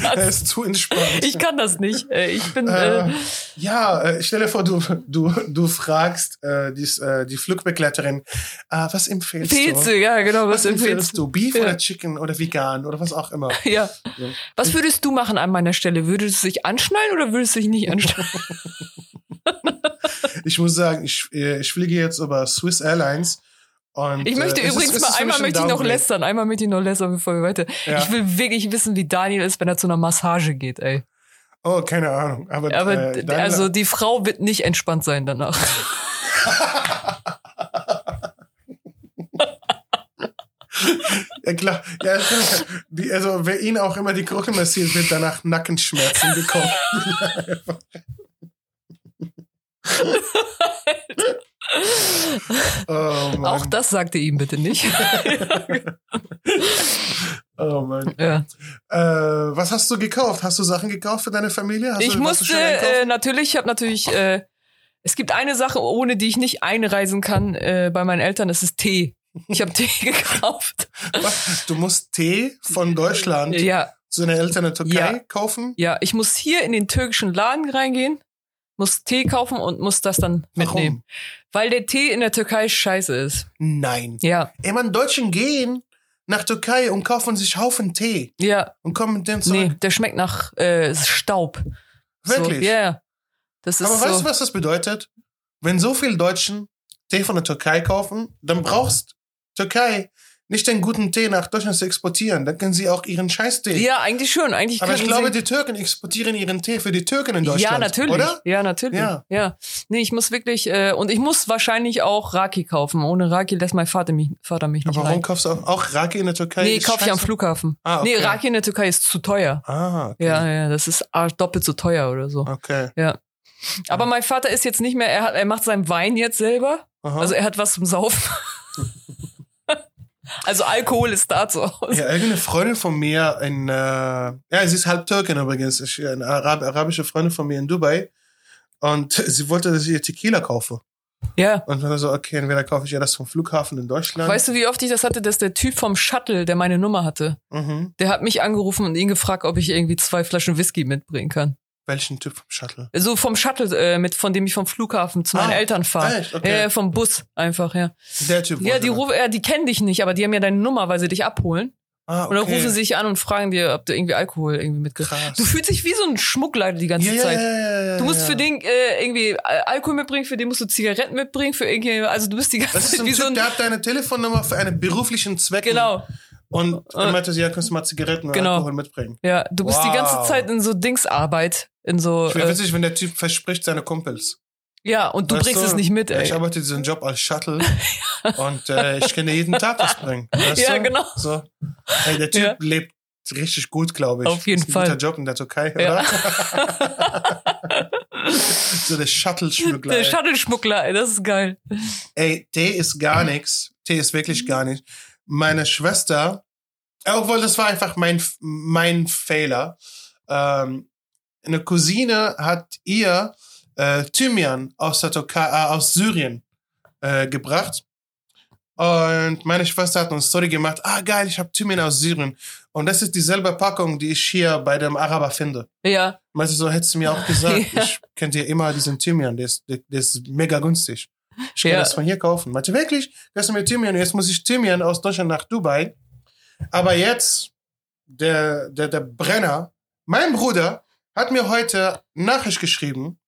Er ist zu entspannt.
ich kann das nicht. Äh, ich bin,
Äh,
äh,
ja, äh, stell dir vor, du, du, du fragst äh, dies, äh, die Flugbegleiterin, äh, was empfehlst
Pilze,
du?
ja, genau,
Was
was, empfiehlst
empfehlst du? Beef
Ja.
oder Chicken oder vegan oder was auch immer?
Ja.
Ja.
Was würdest du machen an meiner Stelle? Würdest du dich anschnallen oder würdest du dich nicht anschnallen?
Ich muss sagen, ich, äh, ich fliege jetzt über Swiss Airlines. Und,
Ich möchte
äh, es
übrigens
ist, es
mal,
ist für
einmal
mich ein
möchte ich noch
Downgrade.
lästern, einmal möchte ich noch lästern, bevor wir weiter.
Ja.
Ich will wirklich wissen, wie Daniel ist, wenn er zu einer Massage geht, ey.
Oh, keine Ahnung. Aber,
Aber
äh,
d-
Daniel-
also die Frau wird nicht entspannt sein danach.
Ja, klar. Ja, die, also, wer ihn auch immer die Krücke massiert, wird danach Nackenschmerzen bekommen. oh Mann.
Auch das sagte ihm bitte nicht.
Oh Mann.
ja.
Äh, was hast du gekauft? Hast du Sachen gekauft für deine Familie? Hast
Ich
du, warst du
musste
schön einkaufen?
äh, natürlich, ich habe natürlich, äh, es gibt eine Sache, ohne die ich nicht einreisen kann äh, bei meinen Eltern, das ist Tee. Ich habe Tee gekauft.
Was? du musst Tee von Deutschland
Ja,
zu deinen Eltern in der Türkei
Ja.
kaufen?
ja, ich muss hier in den türkischen Laden reingehen, muss Tee kaufen und muss das dann mitnehmen.
Warum?
Weil der Tee in der Türkei scheiße ist.
Nein.
Ja,
Ey, man, Deutschen gehen nach Türkei und kaufen sich Haufen Tee
ja,
und kommen mit dem
nee,
zurück.
der schmeckt nach äh, Staub.
Wirklich?
So, ja, ja. Das ist
Aber weißt
so.
du, was das bedeutet? Wenn so viele Deutschen Tee von der Türkei kaufen, dann brauchst Türkei nicht den guten Tee nach Deutschland zu exportieren. Dann können sie auch ihren Scheißtee.
ja, eigentlich schon. Eigentlich
Aber ich
könnten
glaube,
sie-
die Türken exportieren ihren Tee für die Türken in Deutschland.
ja, natürlich.
Oder?
Ja, natürlich.
Ja.
Ja. Nee, ich muss wirklich, äh, und ich muss wahrscheinlich auch Raki kaufen. Ohne Raki lässt mein Vater mich, Vater mich nicht
Aber warum
rein.
kaufst du auch, auch Raki in der Türkei?
Nee,
Ist
kauf ich am
scheiße.
Flughafen.
Ah, okay.
Nee, Raki in der Türkei ist zu teuer.
Ah, okay.
Ja, ja, das ist ah, doppelt so teuer oder so.
Okay.
Ja. Aber mein Vater ist jetzt nicht mehr, er, hat, er macht seinen Wein jetzt selber.
Aha.
Also er hat was zum Saufen. also Alkohol ist da zu Hause.
Ja, irgendeine Freundin von mir in, äh, ja, sie ist halb Türkin übrigens, ist eine Arab arabische Freundin von mir in Dubai. Und sie wollte, dass ich ihr Tequila kaufe.
Ja.
Und dann so, okay, entweder kaufe ich ihr das vom Flughafen in Deutschland.
Weißt du, wie oft ich das hatte, dass der Typ vom Shuttle, der meine Nummer hatte,
mhm.
der hat mich angerufen und ihn gefragt, ob ich irgendwie zwei Flaschen Whisky mitbringen kann.
Welchen Typ vom Shuttle?
So vom Shuttle, äh, mit, von dem ich vom Flughafen zu meinen
Ah,
Eltern fahre.
echt? Okay.
Äh, vom Bus einfach, ja.
Der Typ.
Ja,
wollte
die
das.
rufe, äh, die kennen dich nicht, aber die haben ja deine Nummer, weil sie dich abholen.
Ah, okay.
Und dann rufen sie dich an und fragen dir, ob du irgendwie Alkohol irgendwie mitgebracht
Krass.
hast. Du fühlst dich wie so ein Schmuggleiter die ganze
ja, ja,
Zeit.
ja, ja, ja,
Du musst
ja.
für den äh, irgendwie äh, Alkohol mitbringen, für den musst du Zigaretten mitbringen, für irgendwie, also du bist die ganze
Das ist
Zeit
ein
wie
Typ,
so ein,
der hat deine Telefonnummer für einen beruflichen Zweck.
genau,
Und dann meinte sie, ja, kannst du mal Zigaretten und
Genau.
Alkohol mitbringen.
ja, du bist die ganze
Wow.
Zeit in so Dingsarbeit, in so,
Ich wäre
äh,
witzig, wenn der Typ verspricht seine Kumpels.
ja, und du
Weißt
bringst
du,
es nicht mit, ey.
Ich arbeite diesen Job als Shuttle und äh, ich kann dir jeden Tag was bringen. Weißt
Ja,
du?
genau.
So. Ey, der Typ
Ja.
lebt richtig gut, glaube ich.
Auf jeden
ist ein
Fall.
guter Job in der Türkei,
Ja.
oder? so der Shuttle-Schmuggler.
Der
ey.
Shuttle-Schmuggler, ey, das ist geil.
Ey, Tee ist gar nichts. Tee ist wirklich gar nichts. Meine Schwester, obwohl das war einfach mein, mein Fehler. Ähm, eine Cousine hat ihr äh, Thymian aus der Türkei, äh, aus Syrien äh, gebracht. Und meine Schwester hat uns Story gemacht. Ah, geil, ich habe Thymian aus Syrien. Und das ist dieselbe Packung, die ich hier bei dem Araber finde.
Ja,
Meinst du, so hättest du mir auch gesagt,
Ja.
ich kennt dir immer diesen Thymian, der ist, der, der ist mega günstig. Ich kann
Ja.
das von hier kaufen. Meinte, wirklich? Das ist mir Thymian. Jetzt muss ich Thymian aus Deutschland nach Dubai. Aber jetzt, der, der, der Brenner, mein Bruder, hat mir heute Nachricht geschrieben,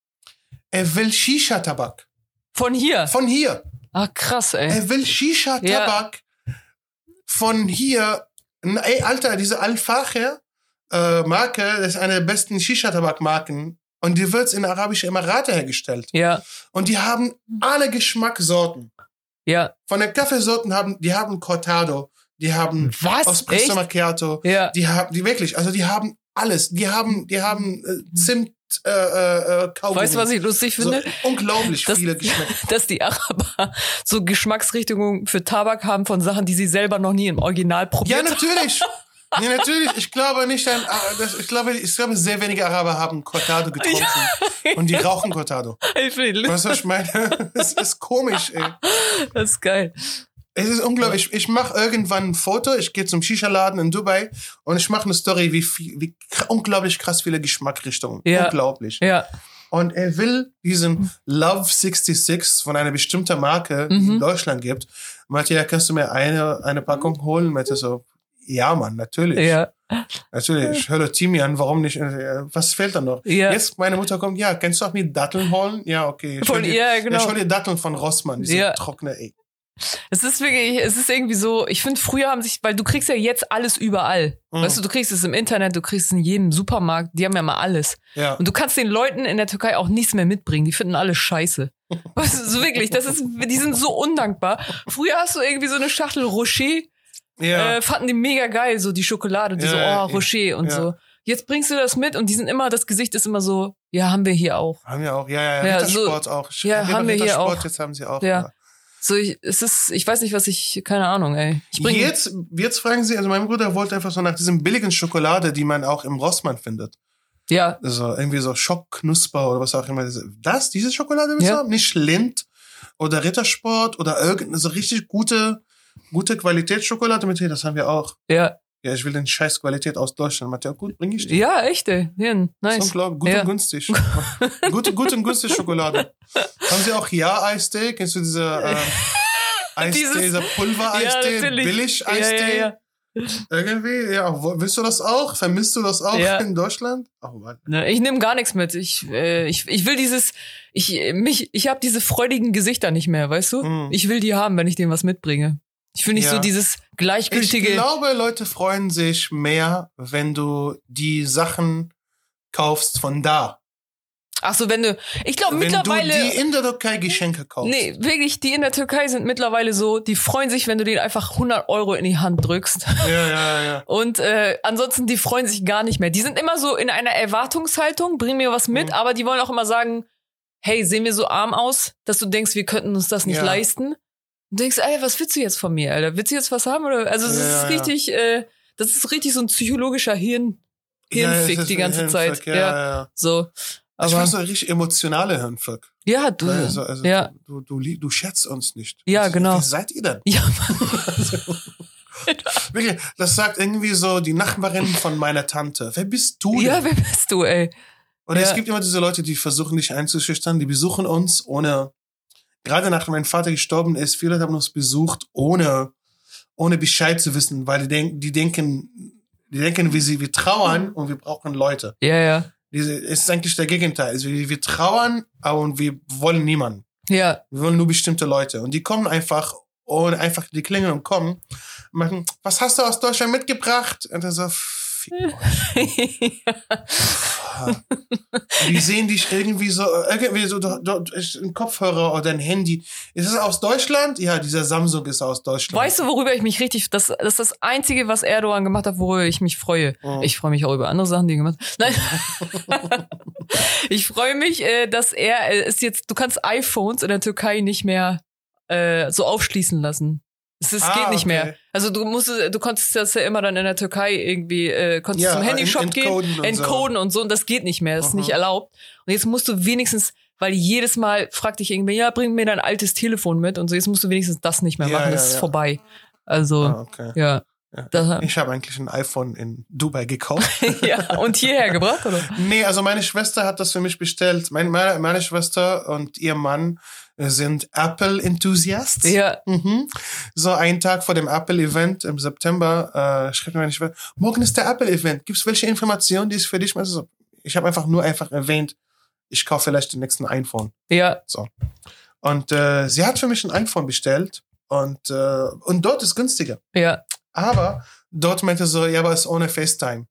er will Shisha-Tabak.
von hier.
Von hier.
Ah, krass, ey.
Er will Shisha-Tabak von hier. N- Ey, Alter, diese Alfache äh, Marke das ist eine der besten Shisha-Tabak-Marken. Und die wird in Arabische Emirate hergestellt.
Ja,
Und die haben alle Geschmackssorten.
ja.
Von den Kaffeesorten haben, die haben Cortado, die haben
Was?
Espresso
Echt?
Macchiato,
Ja,
die haben, die wirklich, also die haben alles. Die haben, die haben äh, Zimt, äh, äh, äh, Kaugummi.
weißt du, was ich lustig
so
finde?
Unglaublich
Das-
viele Geschmäcker.
Dass die Araber so Geschmacksrichtungen für Tabak haben von Sachen, die sie selber noch nie im Original
Ja, ne?
probiert haben.
natürlich. Ja, natürlich. Ich glaube nicht, ein, Ar- das- ich glaube, ich glaube, sehr wenige Araber haben Cortado getrunken. Und die rauchen Cortado.
Ich finde die lustig.
Weißt du, was ich meine? Es ist komisch, ey.
Das ist geil.
Es ist unglaublich. Ich, ich mache irgendwann ein Foto. Ich gehe zum Shisha-Laden in Dubai und ich mache eine Story, wie, viel, wie kr- unglaublich krass viele Geschmackrichtungen.
Ja.
Unglaublich.
Ja, Mhm.
Und er will diesen Love 66 von einer bestimmten Marke, die in Deutschland gibt. Meinte, ja, kannst du mir eine, eine Packung holen? Meinte so, ja, Mann, natürlich.
ja,
Natürlich, Hello Timian, warum nicht? Äh, Was fehlt da noch?
Ja.
Jetzt meine Mutter kommt, ja, kannst du auch mir Datteln holen? Ja, okay. Ich
Von
hol dir,
ihr, ja,
Ich
genau.
hol dir Datteln von Rossmann, diese
Ja.
trockene Ey.
Es ist wirklich, es ist irgendwie so, ich finde, früher haben sich, weil du kriegst ja jetzt alles überall.
Mhm.
Weißt du, du kriegst es im Internet, du kriegst es in jedem Supermarkt, die haben ja mal alles.
Ja.
Und du kannst den Leuten in der Türkei auch nichts mehr mitbringen. Die finden alles scheiße. Weißt du, so wirklich, das ist, die sind so undankbar. Früher hast du irgendwie so eine Schachtel Rocher,
ja.
äh, fanden die mega geil, so die Schokolade, die
Ja,
so, oh,
ja,
Rocher und
ja.
so. Jetzt bringst du das mit und die sind immer, das Gesicht ist immer so, ja, haben wir hier auch.
haben wir auch, ja, ja, ja.
Ja,
Rittersport auch. Ich-
ja, haben wir hier
Rittersport,
auch.
Jetzt haben sie auch.
Ja.
ja.
So, ich, es ist, ich weiß nicht, was ich, keine Ahnung, ey. Ich bring,
Jetzt, jetzt fragen sie, also mein Bruder wollte einfach so nach diesem billigen Schokolade, die man auch im Rossmann findet.
ja,
Also irgendwie so Schockknusper oder was auch immer. Das, diese Schokolade willst
Ja.
du haben? Nicht Lind oder Rittersport oder irgendeine so richtig gute, gute Qualitätsschokolade mit, hey, das haben wir auch.
ja,
Ja, ich will den scheiß Qualität aus Deutschland. Matthias, gut, bring ich dir.
ja, echt, ey. Hirn,
Nice.
nice.
Unglaublich, gut
Ja.
und günstig. gute, gut und günstig Schokolade. Haben Sie auch Ja-Eistee? Kennst du diese äh, Eistee,
Dieses-
dieser Pulver-Eistee,
Ja, natürlich. Ja,
Billig-Eistee?
ja, ja.
Irgendwie, ja. wo- Willst du das auch? Vermisst du das auch
Ja.
in Deutschland? Oh Mann.
Ne, Ich nehme gar nichts mit. Ich, äh, ich, ich will dieses, ich, äh, mich, ich habe diese freudigen Gesichter nicht mehr, weißt du?
Mhm.
Ich will die haben, wenn ich denen was mitbringe. Ich will nicht
Ja.
so dieses
Ich
gleichgültige.
glaube, Leute freuen sich mehr, wenn du die Sachen kaufst von da.
Ach so, wenn du, ich glaube
Wenn du
Oh, mittlerweile,
die in der Türkei Geschenke kaufst.
nee, wirklich, die in der Türkei sind mittlerweile so, die freuen sich, wenn du denen einfach 100 Euro in die Hand drückst.
Ja, ja, ja.
Und äh, ansonsten, die freuen sich gar nicht mehr. Die sind immer so in einer Erwartungshaltung, bring mir was mit,
Mhm.
aber die wollen auch immer sagen, hey, sehen wir so arm aus, dass du denkst, wir könnten uns das nicht
Ja.
leisten. Und denkst, ey, was willst du jetzt von mir, Alter? Willst du jetzt was haben? Oder? Also das
Ja,
ist
ja.
richtig, äh, das ist richtig so ein psychologischer Hirn,
ja, ja,
Hirnfick
es ist
die ganze
Hirnfick,
Zeit.
Ja,
Ja,
ja. ja.
so.
ich
Aber
fand so richtig emotionale Hirnfick.
ja, du.
Also, also
ja.
du, du, lie- du scherzt uns nicht.
Ja,
Also,
genau.
Wer seid ihr denn?
Ja,
Wirklich, das sagt irgendwie so die Nachbarin von meiner Tante. Wer bist du denn?
ja, wer bist du, ey?
Oder es
ja.
gibt immer diese Leute, die versuchen, dich einzuschüchtern, die besuchen uns ohne, gerade nachdem mein Vater gestorben ist, viele Leute haben uns besucht, ohne, ohne Bescheid zu wissen, weil die, denk, die denken, die denken, wir, sie, wir trauern und wir brauchen Leute.
Ja, ja.
Diese, es ist eigentlich der Gegenteil. Also wir, wir trauern, aber wir wollen niemanden.
Ja,
Wir wollen nur bestimmte Leute. Und die kommen einfach und einfach die klingeln und kommen. Und machen, was hast du aus Deutschland mitgebracht? Und dann so, "Fick euch." Und die sehen dich irgendwie so, äh, irgendwie so, du, du, ist ein Kopfhörer oder ein Handy. Ist es aus Deutschland? Ja, dieser Samsung ist aus Deutschland.
Weißt du, worüber ich mich richtig, das, das ist das Einzige, was Erdogan gemacht hat, worüber ich mich freue.
Mhm.
Ich freue mich auch über andere Sachen, die er gemacht hat. Nein. ich freue mich, äh, dass er äh, ist jetzt, du kannst iPhones in der Türkei nicht mehr äh, so aufschließen lassen. Es, es
Ah,
geht nicht
okay.
mehr. Also du musst, du konntest das ja immer dann in der Türkei irgendwie, äh, konntest
Ja,
zum
en-
Handyshop gehen,
entcoden und so.
entcoden und so, und das geht nicht mehr, das ist
Mhm.
nicht erlaubt. Und jetzt musst du wenigstens, weil jedes Mal fragt dich irgendwer, ja, bring mir dein altes Telefon mit und so, jetzt musst du wenigstens das nicht mehr
Ja,
machen,
ja,
das ist
ja.
vorbei. Also,
Ah, okay.
ja.
Ja.
Das,
Ich habe eigentlich ein iPhone in Dubai gekauft.
ja. Und hierher gebracht, oder?
nee, also meine Schwester hat das für mich bestellt. Meine, meine, meine Schwester und ihr Mann äh, sind Apple-Enthusiasts.
Ja.
Mhm. So einen Tag vor dem Apple-Event im September äh, schrieb mir meine Schwester, morgen ist der Apple-Event. Gibt es welche Informationen, die es für dich? Also so, ich habe einfach nur einfach erwähnt, ich kaufe vielleicht den nächsten iPhone.
Ja.
Und äh, sie hat für mich ein iPhone bestellt und, äh, und dort ist günstiger.
Ja.
Aber dort meinte so, ja, aber es ist ohne FaceTime.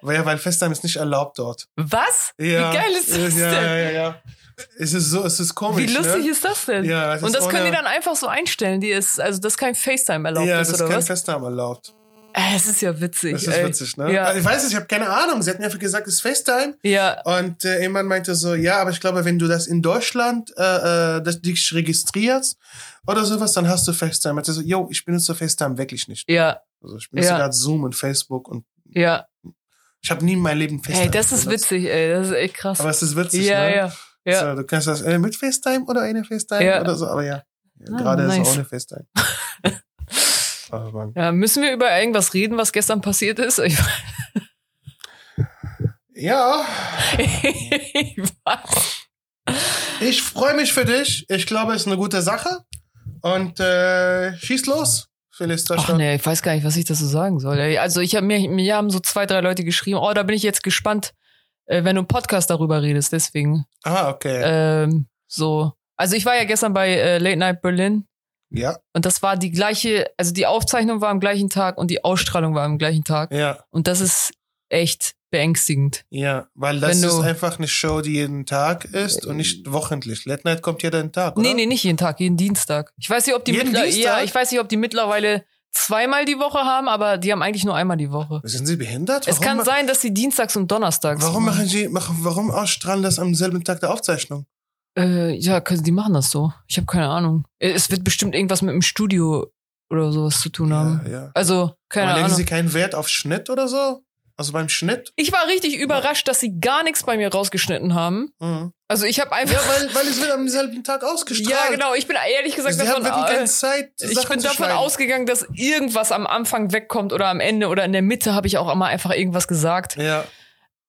Weil, weil FaceTime ist nicht erlaubt dort.
Was?
Ja.
Wie geil ist das
ja,
denn?
Ja, ja, ja. Es ist so, es ist komisch.
Wie lustig
ne?
ist das denn?
Ja, es
und
ist
das können
ohne-
die dann einfach so einstellen, die ist, also dass kein FaceTime erlaubt
Ja, das
ist,
ist
oder
kein
was?
FaceTime erlaubt.
Äh, Es ist ja witzig.
Das
ey.
ist witzig, ne?
Ja.
Also ich weiß es, ich habe keine Ahnung. Sie hat mir einfach gesagt, es ist FaceTime.
Ja,
Und äh, jemand meinte so, ja, aber ich glaube, wenn du das in Deutschland äh, äh, das, dich registrierst oder sowas, dann hast du FaceTime. Meinte so, yo, ich benutze FaceTime wirklich nicht.
ja,
Also ich benutze
Ja.
gerade Zoom und Facebook und
ja.
ich habe nie in meinem Leben FaceTime
Hey, das ist
benutzt.
witzig, ey. Das ist echt krass.
Aber es ist witzig,
ja,
ne?
ja, ja.
So, du kannst das äh, mit FaceTime oder ohne FaceTime
Ja.
oder so, aber ja. ja
Ah,
gerade
nice.
so ohne FaceTime. oh, Mann.
Ja, müssen wir über irgendwas reden, was gestern passiert ist? Ich,
Ja,
ich weiß.
ich freue mich für dich. Ich glaube, es ist eine gute Sache. Und äh, schieß los, Phyllis
Ach
Deutschland.
nee, ich weiß gar nicht, was ich dazu sagen soll. ey. Also ich habe mir, mir haben so zwei, drei Leute geschrieben, oh, da bin ich jetzt gespannt, äh, wenn du im Podcast darüber redest, deswegen.
Ah, okay.
Ähm, so. Also ich war ja gestern bei äh, Late Night Berlin
ja,
und das war die gleiche, also die Aufzeichnung war am gleichen Tag und die Ausstrahlung war am gleichen Tag.
ja,
Und das ist echt beängstigend.
ja. Weil das
Wenn
ist
du- Äh.
einfach eine Show, die jeden Tag ist und nicht wochentlich. Late Night kommt jeden Tag, oder?
Nee, nee, nicht jeden Tag, jeden Dienstag. Ich weiß nicht, ob die
Jeden
mittler-
Dienstag?
ja, ich weiß nicht, ob die mittlerweile zweimal die Woche haben, aber die haben eigentlich nur einmal die Woche.
Sind sie behindert?
es kann
ma-
sein, dass sie dienstags und donnerstags.
Warum machen sie, machen, warum ausstrahlen das am selben Tag der Aufzeichnung?
Äh, ja, können- die machen das so. Ich habe keine Ahnung. Äh, Es wird bestimmt irgendwas mit dem Studio oder sowas zu tun haben.
Ja, ja.
Also, keine
Aber legen
Ahnung.
sie keinen Wert auf Schnitt oder so? Also beim Schnitt?
ich war richtig überrascht, dass sie gar nichts bei mir rausgeschnitten haben.
Mhm.
Also ich habe einfach.
Ja, weil, weil es wird am selben Tag ausgestrahlt. Also
Ja, genau. Ich bin ehrlich gesagt
Sie haben
davon
wirklich
äh,
keine Zeit,
Ich
Sachen
bin
zu
davon
schneiden.
ausgegangen, dass irgendwas am Anfang wegkommt oder am Ende oder in der Mitte habe ich auch immer einfach irgendwas gesagt.
Ja,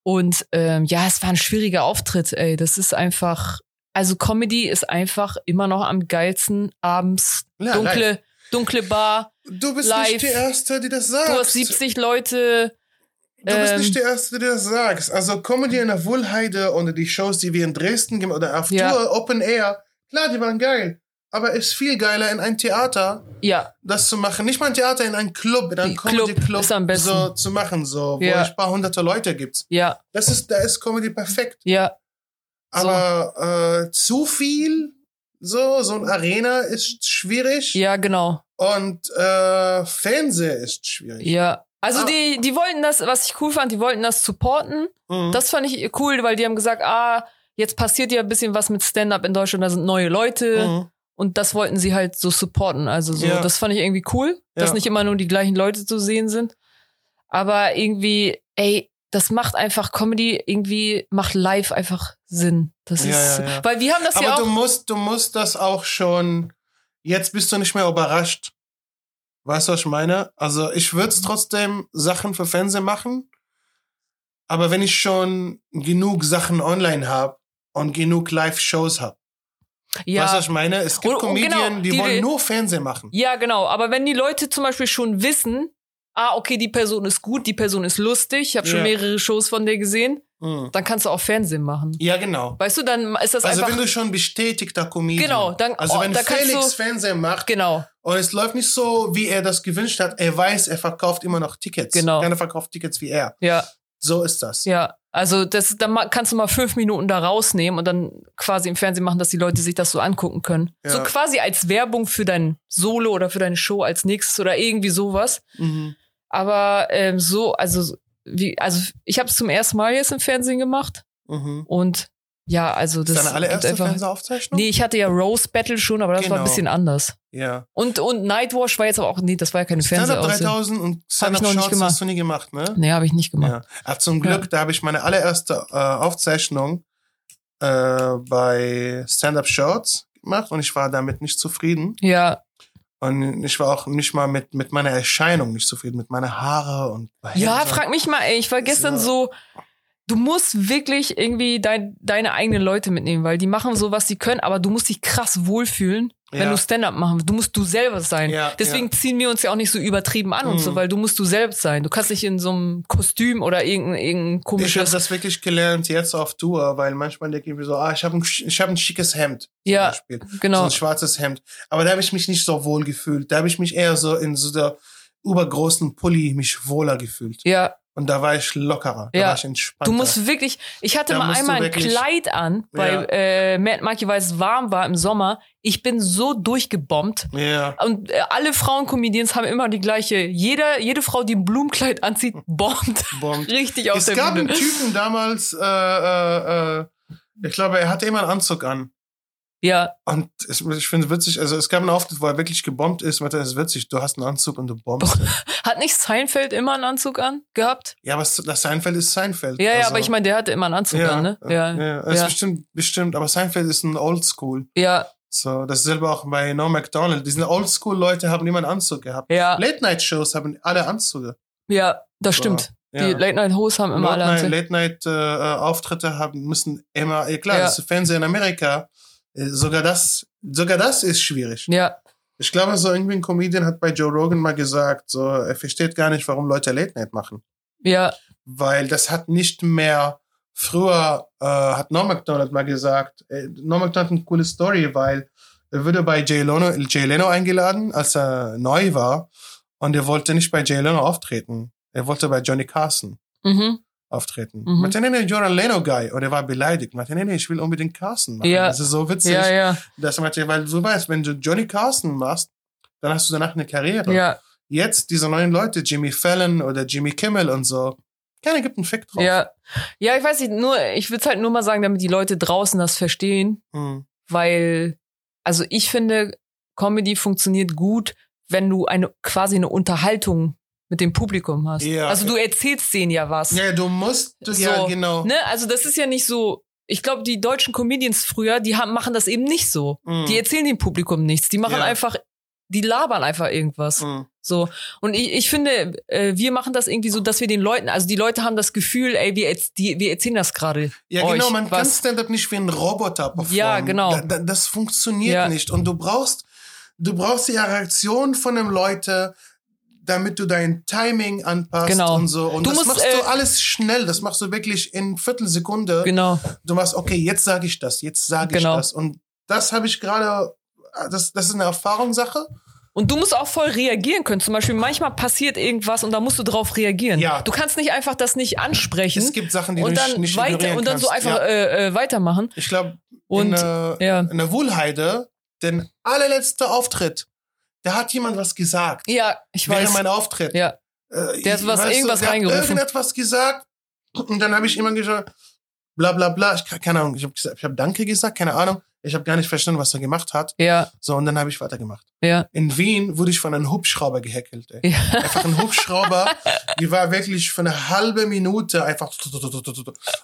Und ähm, ja, es war ein schwieriger Auftritt, ey. Das ist einfach. Also Comedy ist einfach immer noch am geilsten abends.
Ja,
dunkle, dunkle Bar.
du bist
Live.
nicht die Erste, die das sagt.
Du hast 70 Leute.
Du bist
ähm,
nicht die Erste, die das sagst. Also Comedy in der Wohlheide und die Shows, die wir in Dresden gemacht oder auf
Ja.
Tour, Open Air, klar, die waren geil. Aber ist viel geiler in ein Theater
Ja,
das zu machen. Nicht mal ein Theater, in einem Club, in einem
Die Club
Comedy-Club
ist am besten.
so zu machen, so, wo
Ja.
es ein paar hunderte Leute gibt.
ja,
Das ist, da ist Comedy perfekt.
ja. So.
Aber äh, zu viel, so, so ein Arena ist schwierig.
Ja, genau.
Und äh, Fernseher ist schwierig.
Ja. Also
Ah.
die, die wollten das, was ich cool fand, die wollten das supporten.
Mhm.
Das fand ich cool, weil die haben gesagt, ah, jetzt passiert ja ein bisschen was mit Stand-up in Deutschland, da sind neue Leute
Mhm.
und das wollten sie halt so supporten. Also so,
Ja.
das fand ich irgendwie cool, dass
Ja.
nicht immer nur die gleichen Leute zu sehen sind. Aber irgendwie, ey, das macht einfach Comedy, irgendwie macht live einfach Sinn. Das
Ja,
ist,
ja, ja.
weil wir haben das ja
Aber du
auch.
musst, du musst das auch schon. Jetzt bist du nicht mehr überrascht. Weißt du, was ich meine? Also ich würde
Mhm.
trotzdem Sachen für Fernsehen machen. Aber wenn ich schon genug Sachen online habe und genug Live-Shows habe. Weißt du,
Ja,
was ich meine? Es gibt
Und- und genau,
Comedien, die,
die-
wollen nur Fernsehen machen.
ja, genau. Aber wenn die Leute zum Beispiel schon wissen, ah, okay, die Person ist gut, die Person ist lustig, ich habe schon
Ja.
mehrere Shows von der gesehen,
Mhm.
dann kannst du auch Fernsehen machen.
Ja, genau.
Weißt du, dann ist das
Also
einfach.
wenn du schon bestätigter Comedian.
Genau, dann-
also
oh,
wenn
da kannst
Felix
du-
Fernsehen macht
Genau,
und es läuft nicht so, wie er das gewünscht hat, er weiß, er verkauft immer noch Tickets.
Genau.
Keiner verkauft Tickets wie er.
ja,
So ist das.
ja. Also das, dann ma- kannst du mal fünf Minuten da rausnehmen und dann quasi im Fernsehen machen, dass die Leute sich das so angucken können.
Ja.
So quasi als Werbung für dein Solo oder für deine Show als nächstes oder irgendwie sowas.
Mhm.
Aber ähm, so, also wie, also ich habe es zum ersten Mal jetzt im Fernsehen gemacht
Mhm.
und ja, also das
ist deine allererste
gibt einfach.
Fernsehaufzeichnung?
Nee, ich hatte ja Rose Battle schon, aber das war ein
Genau.
bisschen anders.
Ja.
Und und Nightwash war jetzt aber auch, nee, das war ja keine
Stand-up
Fernsehausgabe.
3000 und
ich noch
Stand-up
nicht
Shorts
gemacht.
hast du nie gemacht, ne? Ah,
Nee, habe ich nicht gemacht.
Ja. Aber zum Glück, da habe ich meine allererste äh, Aufzeichnung äh, bei Stand-Up Shorts gemacht und ich war damit nicht zufrieden.
Ja.
Und ich war auch nicht mal mit, mit meiner Erscheinung nicht zufrieden, mit meiner Haare und
Ja,
Frage.
frag mich mal, ey, ich war gestern
also Ja.
so, du musst wirklich irgendwie dein, deine eigenen Leute mitnehmen, weil die machen so, was sie können, aber du musst dich krass wohlfühlen, wenn
Ja.
du Stand-up machen willst. Du musst du selber sein.
Ja, Mhm.
Deswegen ziehen wir uns ja auch nicht so übertrieben an und so, weil du musst du selbst sein. Du kannst nicht in so einem Kostüm oder irgendein, irgendein
Ich habe
komisches.
das wirklich gelernt jetzt auf Tour, weil manchmal denke ich mir so, ah, ich habe ein, sch- ich hab ein schickes Hemd. zum
Ja,
Beispiel. So
genau.
ein schwarzes Hemd. Aber da habe ich mich nicht so wohl gefühlt. Da habe ich mich eher so in so der übergroßen Pulli mich wohler gefühlt.
ja,
Und da war ich lockerer. Da
Ja.
war ich entspannter.
Du musst wirklich, ich hatte
Da
mal
musst du
einmal ein
wirklich-
Kleid an, weil
Ja.
äh, Mad Monkey, weil es warm war im Sommer. Ich bin so durchgebombt.
Ja.
Und äh, alle Frauenkomedians haben immer die gleiche. Jeder, jede Frau, die ein Blumenkleid anzieht, bombt
Bombt.
richtig auf
Es
der
gab einen
Bühne.
Typen damals, äh, äh, äh, ich glaube, er hatte immer einen Anzug an.
Ja,
Und es, ich finde es witzig, also es gab einen Auftritt, wo er wirklich gebombt ist, weil das ist witzig, du hast einen Anzug und du bombst.
hat nicht Seinfeld immer einen Anzug an gehabt?
ja, aber das Seinfeld ist Seinfeld.
Ja, ja,
Also-
aber ich meine, der hatte immer einen Anzug an, ne?
äh,
Ja,
ja. Das
ja.
Ist bestimmt, bestimmt, aber Seinfeld ist ein Oldschool.
ja,
So, dasselbe auch bei No McDonald. Diese Oldschool-Leute haben immer einen Anzug gehabt.
ja,
Late-Night-Shows haben alle Anzüge.
ja, das
So,
stimmt.
Ja.
Die Late Night Hoes haben immer alle Anzüge.
Late-Night-Auftritte äh, haben müssen immer, eh, klar,
Ja.
das ist Fernsehen in Amerika. Äh, Sogar das, sogar das ist schwierig.
Ja,
Ich glaube, so irgendwie ein Comedian hat bei Joe Rogan mal gesagt, so, er versteht gar nicht, warum Leute Late-Night machen.
ja,
weil das hat nicht mehr früher äh, hat Norm Macdonald mal gesagt, äh, Norm Macdonald hat eine coole Story, weil er wurde bei Jay Leno, Jay Leno eingeladen, als er neu war und er wollte nicht bei Jay Leno auftreten. Er wollte bei Johnny Carson
mhm,
auftreten.
Mhm.
Meinte, nee, nee, you're a Leno Guy. Und er war beleidigt. Meinte, nee, nee, ich will unbedingt Carson machen.
Ja.
Das ist so witzig.
ja, ja,
Dass er meinte, weil du weißt, wenn du Johnny Carson machst, dann hast du danach eine Karriere
ja,
jetzt diese neuen Leute, Jimmy Fallon oder Jimmy Kimmel und so, keiner gibt einen Fick drauf.
ja. Ja, ich weiß nicht, nur, ich würde es halt nur mal sagen, damit die Leute draußen das verstehen.
Hm.
weil, also ich finde, Comedy funktioniert gut, wenn du eine quasi eine Unterhaltung mit dem Publikum hast.
Ja.
Also du erzählst denen ja was.
Ja, du musst, du, ja,
So,
genau.
Ne? Also das ist ja nicht so. Ich glaube, die deutschen Comedians früher, die haben, machen das eben nicht so.
Hm.
Die erzählen dem Publikum nichts. Die machen
Ja.
einfach, die labern einfach irgendwas.
Hm.
So. Und ich, ich finde, äh, wir machen das irgendwie so, dass wir den Leuten, also die Leute haben das Gefühl, ey, wir, erz- die, wir erzählen das gerade.
Ja,
euch
genau, man kann
was.
Stand-up nicht wie ein Roboter performen.
Ja, genau.
Da, da, das funktioniert
Ja.
nicht. Und du brauchst, du brauchst die Reaktion von den Leuten, damit du dein Timing anpasst
Genau.
und so. Und
Du
das
musst,
machst
äh,
du alles schnell. Das machst du wirklich in Viertelsekunde.
Genau.
du machst, okay, jetzt sage ich das, jetzt sage
Genau.
ich das. Und das habe ich gerade, das, das ist eine Erfahrungssache.
Hm. Und du musst auch voll reagieren können. Zum Beispiel, manchmal passiert irgendwas und da musst du drauf reagieren.
Ja.
Du kannst nicht einfach das nicht ansprechen
Es gibt Sachen, die
und
du
dann,
nicht, nicht
weiter,
ignorieren
und dann so
kannst.
einfach
Ja.
äh, äh, weitermachen.
Ich glaube, in,
Und
äh,
ja.
in der Wohlheide, denn allerletzter Auftritt, da hat jemand was gesagt.
ja, ich
während
weiß.
mein Auftritt.
Ja,
Äh,
Der hat
ich-
was-
weißt du,
irgendwas
der hat
reingerufen.
Irgendetwas gesagt. Und dann habe ich immer gesagt, bla bla bla. Ich, kann- keine Ahnung, ich habe ich hab Danke gesagt, keine Ahnung. Ich habe gar nicht verstanden, was er gemacht hat.
ja,
So, und dann habe ich weitergemacht.
ja,
In Wien wurde ich von einem Hubschrauber gehackelt. Ey.
Ja.
Einfach ein Hubschrauber, die war wirklich für eine halbe Minute einfach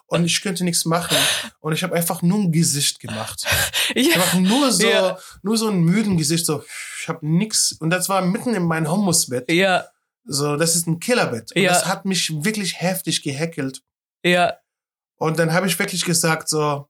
und ich könnte nichts machen und ich habe einfach nur ein Gesicht gemacht. Ich
ja.
habe nur so,
Ja.
nur so ein müden Gesicht, so ich habe nichts und das war mitten in mein Hummusbett.
Ja,
So, das ist ein Killerbett und
Ja.
das hat mich wirklich heftig gehackelt
ja,
und dann habe ich wirklich gesagt so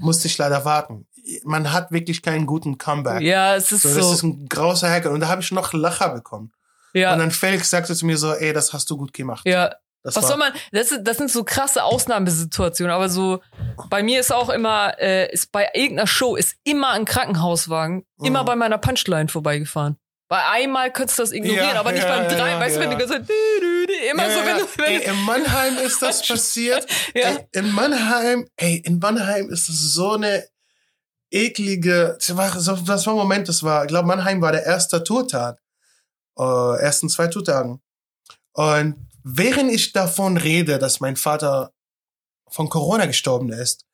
musste ich leider warten. Man hat wirklich keinen guten Comeback.
ja, es ist
So, das
so.
ist ein grauser Hacker. Und da habe ich noch Lacher bekommen. Und
ja,
dann Felix sagte zu mir so, ey, das hast du gut gemacht.
ja.
Das
Was
war-
soll man, das, ist, das sind so krasse Ausnahmesituationen, aber so, bei mir ist auch immer, äh, ist bei irgendeiner Show ist immer ein Krankenhauswagen, immer
Mhm.
bei meiner Punchline vorbeigefahren. Bei einmal könntest du das ignorieren,
Ja,
aber nicht
ja,
beim
ja,
drei,
ja,
weißt du, wenn
ja.
du so, dü, dü, dü, immer
Ja,
so, wenn
ja.
du, wenn
ey, in Mannheim ist das passiert.
du, ja,
Ey, in Mannheim, ey, in Mannheim ist das so eine eklige, das war, so- das war ein Moment, das war, ich glaube, Mannheim war der erste Tourtag. Äh, ersten zwei Tourtagen. Und während ich davon rede, dass mein Vater von Corona gestorben ist,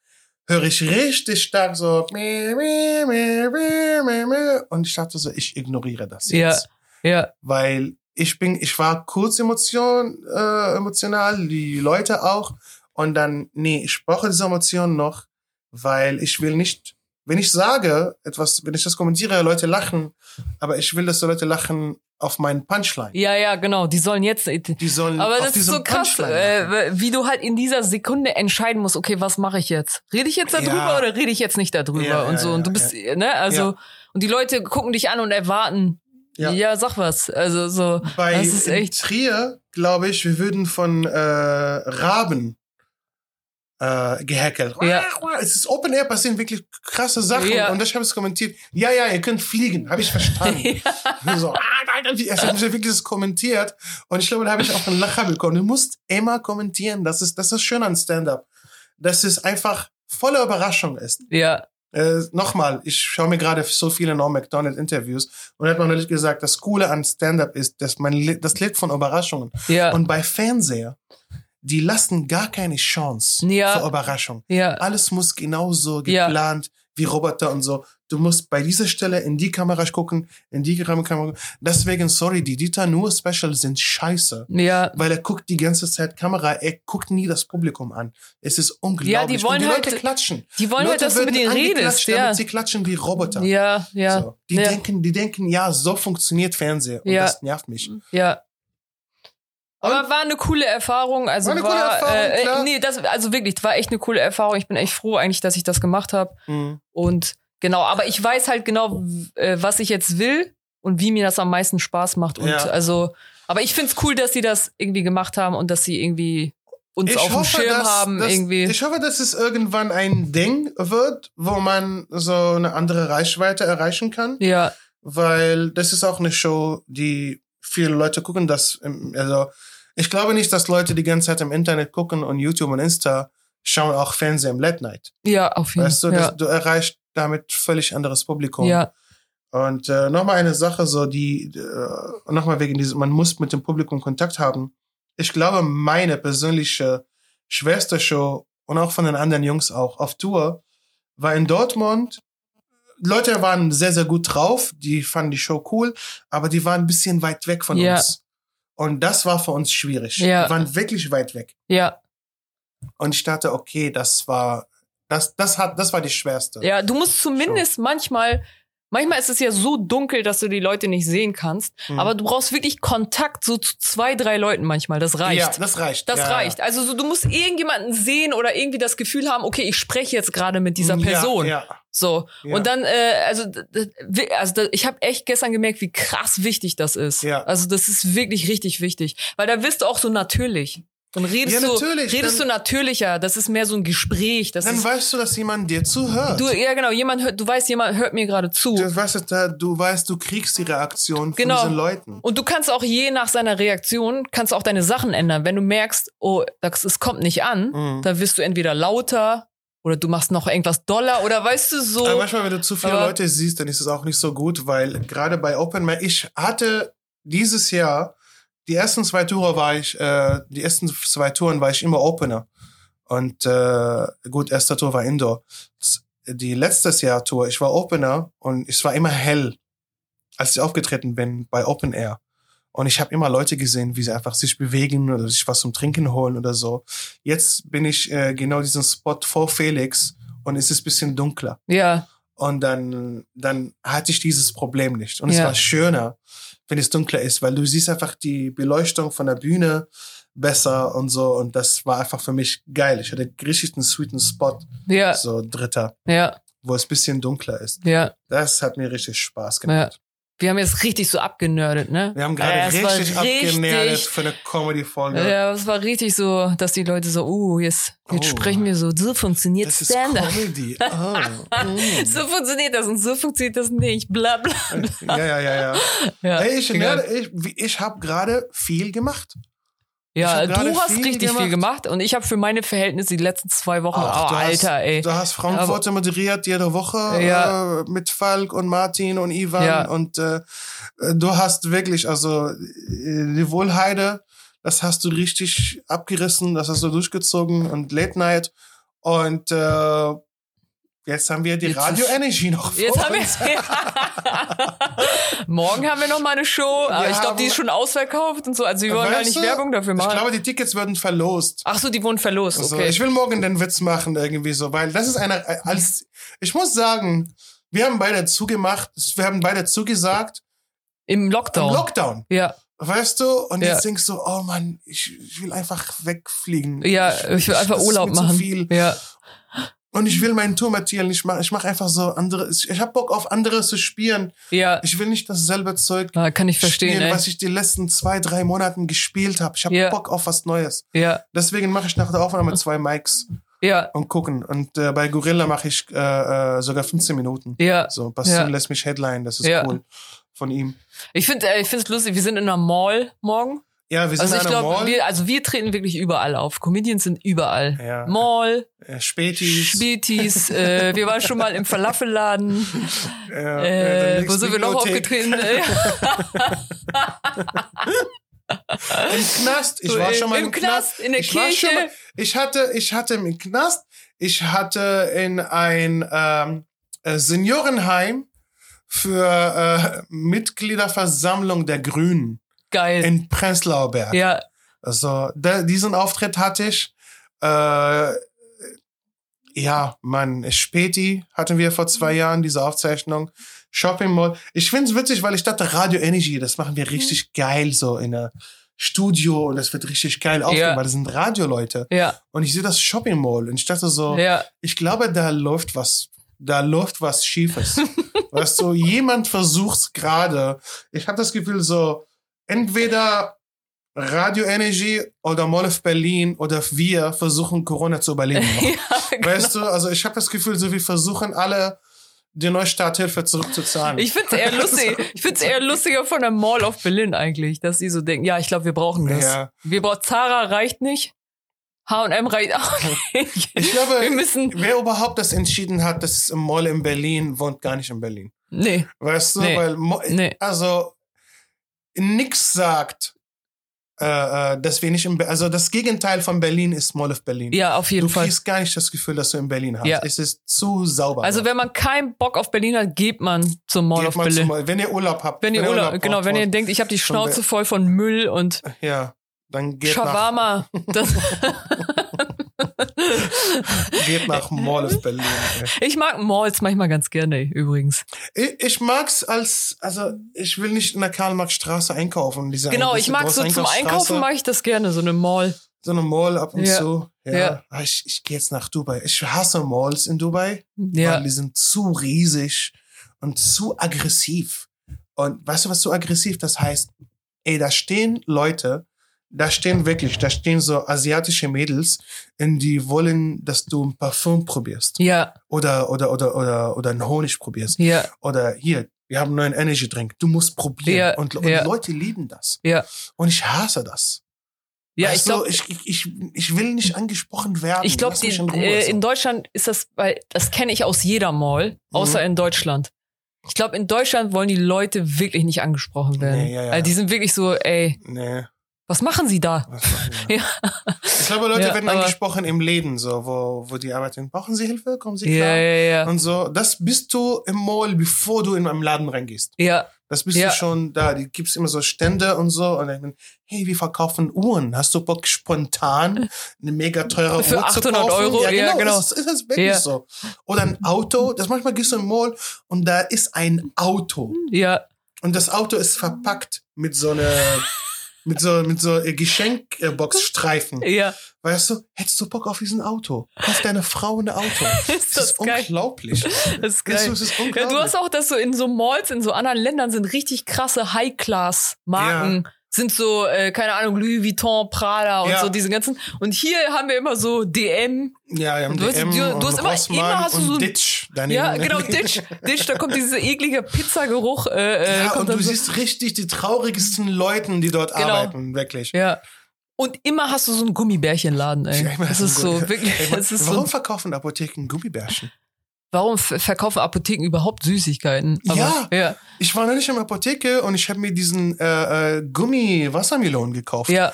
höre ich richtig stark so meh, meh, meh, meh, meh, meh. und ich dachte so, ich ignoriere das
Ja.
jetzt
ja,
weil ich bin, ich war kurz emotion, äh, emotional, die Leute auch. Und dann, nee, ich brauche diese Emotionen noch, weil ich will nicht, wenn ich sage etwas, wenn ich das kommentiere, Leute lachen, aber ich will, dass die Leute lachen auf meinen Punchline.
Ja, ja, genau. Die sollen jetzt.
Die sollen
Aber
auf
das ist
diesem
so krass,
Punchline lachen.
äh, wie du halt in dieser Sekunde entscheiden musst, okay, was mache ich jetzt? Rede ich jetzt darüber
Ja.
oder rede ich jetzt nicht darüber?
Ja, ja,
und so. und du
ja,
bist, ne, also, und die Leute gucken dich an und erwarten,
Ja.
ja, sag was. Also so,
Bei
das ist echt.
Trier, glaube ich, wir würden von äh, Raben äh, gehackelt.
Ja.
Es ist Open Air, passieren wirklich krasse Sachen.
Ja.
Und ich habe es kommentiert. Ja, ja, ihr könnt fliegen, habe ich verstanden. so, ah, ah, ah, wie- es hat mich wirklich das kommentiert. Und ich glaube, da habe ich auch einen Lacher bekommen. Du musst immer kommentieren. Das ist, das ist schön an Stand-up. Dass es einfach voller Überraschung ist.
Ja,
Äh, nochmal, ich schaue mir gerade so viele Norm MacDonald Interviews und hat man neulich gesagt, das Coole an Stand-Up ist, dass man le- das lebt von Überraschungen.
ja,
Und bei Fernseher, die lassen gar keine Chance
Ja.
für Überraschung.
ja,
Alles muss genauso
Ja.
geplant wie Roboter und so. Du musst bei dieser Stelle in die Kamera gucken, in die Kamera gucken. Deswegen, sorry, die Dieter nur Specials sind scheiße.
ja.
Weil er guckt die ganze Zeit Kamera, er guckt nie das Publikum an. Es ist unglaublich. und
wollen
die
halt-
Leute klatschen.
Die wollen halt,
Leute
dass du mit
werden
denen redest,
angeklatscht, damit
ja.
Sie klatschen wie Roboter.
Ja, ja,
So. Die,
Ja.
denken, die denken, ja, so funktioniert Fernsehen. Und
Ja. Mhm.
das nervt mich.
ja. Aber war eine coole Erfahrung. Also
War eine
war,
coole Erfahrung,
äh,
klar.
äh, nee, das, also wirklich, war echt eine coole Erfahrung. Ich bin echt froh eigentlich, dass ich das gemacht habe.
Mhm.
Und genau, aber ich weiß halt genau, w- äh, was ich jetzt will und wie mir das am meisten Spaß macht. Und
Ja.
also, aber ich find's cool, dass sie das irgendwie gemacht haben und dass sie irgendwie uns auf dem Schirm haben.
dass,
irgendwie.
ich hoffe, dass es irgendwann ein Ding wird, wo man so eine andere Reichweite erreichen kann.
ja,
Weil das ist auch eine Show, die viele Leute gucken. Das, ähm, also ich glaube nicht, dass Leute die ganze Zeit im Internet gucken und YouTube und Insta schauen auch Fernsehen im Late Night.
ja, auf jeden
Weißt du,
Fall.
das, du erreichst damit völlig anderes Publikum.
ja,
Und äh, nochmal eine Sache, so die, äh, nochmal wegen diesem, man muss mit dem Publikum Kontakt haben. Ich glaube, meine persönliche schwerste Show und auch von den anderen Jungs auch auf Tour war in Dortmund. Leute waren sehr, sehr gut drauf, die fanden die Show cool, aber die waren ein bisschen weit weg von
Ja.
uns. Und das war für uns schwierig.
Ja.
Die waren wirklich weit weg.
ja,
Und ich dachte, okay, das war, das, das hat, das war die schwerste.
ja. Du musst zumindest manchmal. Manchmal ist es ja so dunkel, dass du die Leute nicht sehen kannst.
Hm.
Aber du brauchst wirklich Kontakt so zu zwei, drei Leuten manchmal. Das reicht.
Ja, das reicht.
Das
ja,
reicht. Also so, du musst irgendjemanden sehen oder irgendwie das Gefühl haben, okay, ich spreche jetzt gerade mit dieser Person.
Hm, Ja, ja.
So.
Ja.
Und dann, äh, also, d- d- wi- also d- ich habe echt gestern gemerkt, wie krass wichtig das ist.
Ja.
Also das ist wirklich richtig wichtig. Weil da wirst du auch so natürlich. Dann redest,
Ja,
du,
natürlich,
redest
dann-
du natürlicher. Das ist mehr so ein Gespräch. Das
Dann
ist,
weißt du, dass jemand dir zuhört.
du, ja genau, jemand hört, du weißt, jemand hört mir gerade zu.
Du weißt, da- du weißt, du kriegst die Reaktion von
Genau.
diesen Leuten.
Und du kannst auch je nach seiner Reaktion, kannst auch deine Sachen ändern. Wenn du merkst, oh, das, es kommt nicht an,
Mhm.
dann wirst du entweder lauter oder du machst noch irgendwas doller oder weißt du so.
Aber manchmal, wenn du zu viele
Aber-
Leute siehst, dann ist es auch nicht so gut, weil gerade bei Open Mic, ich hatte dieses Jahr, die ersten zwei Touren war ich, äh, die ersten zwei Touren war ich immer Opener. Und äh, gut, erste Tour war Indoor. Z- Die letztes Jahr Tour, ich war Opener und es war immer hell, als ich aufgetreten bin bei Open Air. Und ich habe immer Leute gesehen, wie sie einfach sich bewegen oder sich was zum Trinken holen oder so. Jetzt bin ich äh, genau diesen Spot vor Felix und es ist ein bisschen dunkler.
ja,
Und dann, dann hatte ich dieses Problem nicht. Und es
Ja.
war schöner, wenn es dunkler ist, weil du siehst einfach die Beleuchtung von der Bühne besser und so. Und das war einfach für mich geil. Ich hatte richtig einen sweeten Spot,
ja,
so dritter,
ja,
wo es ein bisschen dunkler ist.
ja.
Das hat mir richtig Spaß gemacht.
Wir haben jetzt richtig so abgenördet, ne?
Wir haben gerade
Ja, es war
richtig abgenähert für eine Comedy-Folge.
Ja, es war richtig so, dass die Leute so, uh, jetzt, jetzt
Oh.
sprechen wir so, so funktioniert
das ist
Stand-up.
Comedy. Oh. mm.
So funktioniert das und so funktioniert das nicht, bla bla.
ja, ja, ja, ja.
Ja,
Ey, ich
egal.
lerne- ich, ich habe gerade viel gemacht. Ich
Ja,
hab gerade
du hast
viel
richtig
gemacht.
viel gemacht und ich habe für meine Verhältnisse die letzten zwei Wochen,
Ach,
oh,
du
Alter,
hast,
ey.
Du hast Frankfurt moderiert jede Woche
Ja.
äh, mit Falk und Martin und Ivan
Ja.
und äh, du hast wirklich, also äh, die Wohlheide, das hast du richtig abgerissen, das hast du durchgezogen und Late Night und äh, Jetzt haben wir die
Jetzt-
Radio Energy noch vor
Jetzt haben
uns.
wir. Morgen haben wir noch mal eine Show. Aber
Wir
ich glaube, die
haben-
ist schon ausverkauft und so. Also wir wollen gar
Weißt
nicht
du,
Werbung dafür machen.
Ich glaube, die Tickets würden verlost.
Ach so, die wurden verlost.
Also,
Okay.
Ich will morgen den Witz machen irgendwie so, weil das ist eine äh, als ich muss sagen, wir haben beide zugemacht, wir haben beide zugesagt
Im
im
Lockdown.
Lockdown,
ja,
weißt du? Und
Ja.
jetzt denkst du, oh Mann, ich, ich will einfach wegfliegen.
ja. Ich will einfach
das ist
Urlaub
mir zu
machen.
viel.
Ja.
Und ich will meinen Tourmaterial nicht machen. Ich mache einfach so andere. Ich, ich habe Bock auf andere zu spielen.
Ja,
Ich will nicht dasselbe Zeug
Ah, kann ich verstehen.
spielen,
Ey.
was ich die letzten zwei, drei Monaten gespielt habe. Ich habe
Ja.
Bock auf was Neues.
Ja,
Deswegen mache ich nach der Aufnahme zwei Mics
ja,
und gucken. Und äh, bei Gorilla mache ich äh, äh, sogar 15 Minuten.
ja.
So, Bastu
Ja.
lässt mich Headline. Das ist
Ja.
cool von ihm.
Ich finde, äh, ich finde es lustig. Wir sind in einer Mall morgen.
Ja, wir sind
also
in
ich
einer
glaube,
Mall.
wir, also wir treten wirklich überall auf. Comedians sind überall.
Ja.
Mall,
äh, Spätis.
Spätis, äh, wir waren schon mal im Falafelladen.
äh,
Äh,
äh,
wo sind wir noch
Bibliothek.
aufgetreten? Äh,
Im Knast. Ich
So,
war
äh,
schon mal
im
im,
Knast, in der
ich war schon
Kirche.
mal, ich hatte, ich hatte im Knast. Ich hatte in ein ähm, äh, Seniorenheim für äh, Mitgliederversammlung der Grünen
Geil.
in Prenzlauer Berg.
ja,
Also da, diesen Auftritt hatte ich. Äh, ja, Mann, Späti hatten wir vor zwei Jahren diese Aufzeichnung. Shopping Mall. Ich finde es witzig, weil ich dachte, Radio Energy, das machen wir richtig geil so in der Studio und das wird richtig geil aufgenommen,
Ja.
weil das sind Radioleute.
ja,
Und ich sehe das Shopping Mall und ich dachte so,
ja,
ich glaube, da läuft was. Da läuft was Schiefes. weißt du, jemand versucht's gerade. Ich habe das Gefühl so, entweder Radio Energy oder Molef Berlin oder wir versuchen Corona zu überleben.
ja. genau.
weißt du, also ich habe das Gefühl so, wir versuchen alle die Neustarthilfe zurückzuzahlen.
Ich find's eher lustig. Ich find's eher lustiger von der Mall of Berlin eigentlich, dass die so denken, ja, ich glaube, wir brauchen das.
Ja.
Wir brauchen Zara reicht nicht. H&M reicht auch nicht.
ich glaube,
Wir müssen
wer überhaupt das entschieden hat, dass es im Mall in Berlin wohnt, gar nicht in Berlin.
Nee,
Weißt du,
Nee.
weil Mo
nee.
also nix sagt, äh, äh, dass wir nicht in Be also das Gegenteil von Berlin ist Mall of Berlin.
Ja, auf jeden
du
Fall.
kriegst gar nicht das Gefühl, dass du in Berlin hast.
Ja.
Es ist zu sauber.
Also wenn man keinen Bock auf Berlin hat, geht man zum Mall
Geht
of
mal
Berlin.
zum Mall. wenn ihr Urlaub habt,
wenn ihr Urlaub, genau,
habt,
wenn ihr
wollt,
denkt, ich habe die
Von
Schnauze
Ber-
voll von Müll und
ja, dann geht nach,
Shawarma, das,
geht nach Mall of Berlin.
ich mag Malls manchmal ganz gerne übrigens.
Ich, ich mag's als also ich will nicht in der Karl-Marx-Straße einkaufen. Diese
Genau,
eine
ich mag
große
so zum
Einkaufsstraße,
Einkaufen mag ich das gerne, so eine Mall.
so eine Mall ab und
Ja.
zu. Ja,
Ja.
Ah, ich, ich gehe jetzt nach Dubai. Ich hasse Malls in Dubai.
Ja,
weil die sind zu riesig und zu aggressiv. Und weißt du, was so aggressiv das heißt? Ey, da stehen Leute, da stehen wirklich, da stehen so asiatische Mädels, in die wollen, dass du ein Parfum probierst.
ja,
Oder, oder, oder, oder, oder einen Honig probierst.
ja,
Oder hier, wir haben einen neuen Energy Drink. Du musst probieren.
Ja,
und, und
ja.
Leute lieben das.
Ja.
Und ich hasse das.
ja.
Weißt
Ich
du,
glaube,
ich, ich, ich, ich will nicht angesprochen werden.
ich glaube,
Lass mich in Ruhe,
äh,
so.
in Deutschland ist das, weil das kenne ich aus jeder Mall, außer
Mhm.
in Deutschland. Ich glaube, in Deutschland wollen die Leute wirklich nicht angesprochen werden.
Nee, ja, ja,
Also die
ja.
sind wirklich so, ey,
nee.
was machen Sie da?
Ja. Ich glaube, Leute
Ja,
werden
aber-
angesprochen im Läden, so, wo, wo die arbeiten. Brauchen Sie Hilfe? Kommen Sie
Ja,
klar?
ja, ja,
Und so, das bist du im Mall, bevor du in einem Laden reingehst.
ja,
Das bist
Ja.
du schon da. Die gibt's immer so Stände und so. Und dann, hey, wir verkaufen Uhren. Hast du Bock, spontan eine mega teure
Für
Uhr zu
800
kaufen?
Euro?
Ja,
Ja,
genau.
genau.
Ist, ist das wirklich
Ja.
so? Oder ein Auto. Das manchmal gehst du im Mall und da ist ein Auto.
ja,
Und das Auto ist verpackt mit so einer, mit so, mit so äh, Geschenkboxstreifen.
ja.
Weißt du, hättest du Bock auf diesen Auto? Kauf deine Frau ein Auto. das
Ist das
ist
geil.
unglaublich.
Das ist
Das
geil.
ist, das ist
Ja,
unglaublich.
du hast auch das so in so Malls, in so anderen Ländern sind richtig krasse High-Class-Marken. Sind so, äh, keine Ahnung, Louis Vuitton, Prada und
Ja.
so diese ganzen. Und hier haben wir immer so DM.
ja, ja,
du hast-
DM
du- du
und
hast immer-
Rossmann
immer hast du
und
so ein-
Ditch daneben. ne?
Ja, genau, Ditch. Ditch, da kommt dieser eklige Pizzageruch. Äh, äh,
Ja,
kommt
und
dann
du
so.
siehst richtig die traurigsten Leuten, die dort
Genau.
arbeiten, wirklich.
Ja. Und immer hast du so einen Gummibärchenladen, ey.
Ja, immer
das
so ein
ist
Gummi-
so, wirklich,
Ey,
das ist
Warum
so.
verkaufen Apotheken Gummibärchen?
Warum ver- verkaufen Apotheken überhaupt Süßigkeiten?
Ja.
ja.
Ich war neulich in der Apotheke und ich habe mir diesen äh, äh, Gummi-Wassermelonen gekauft.
Ja.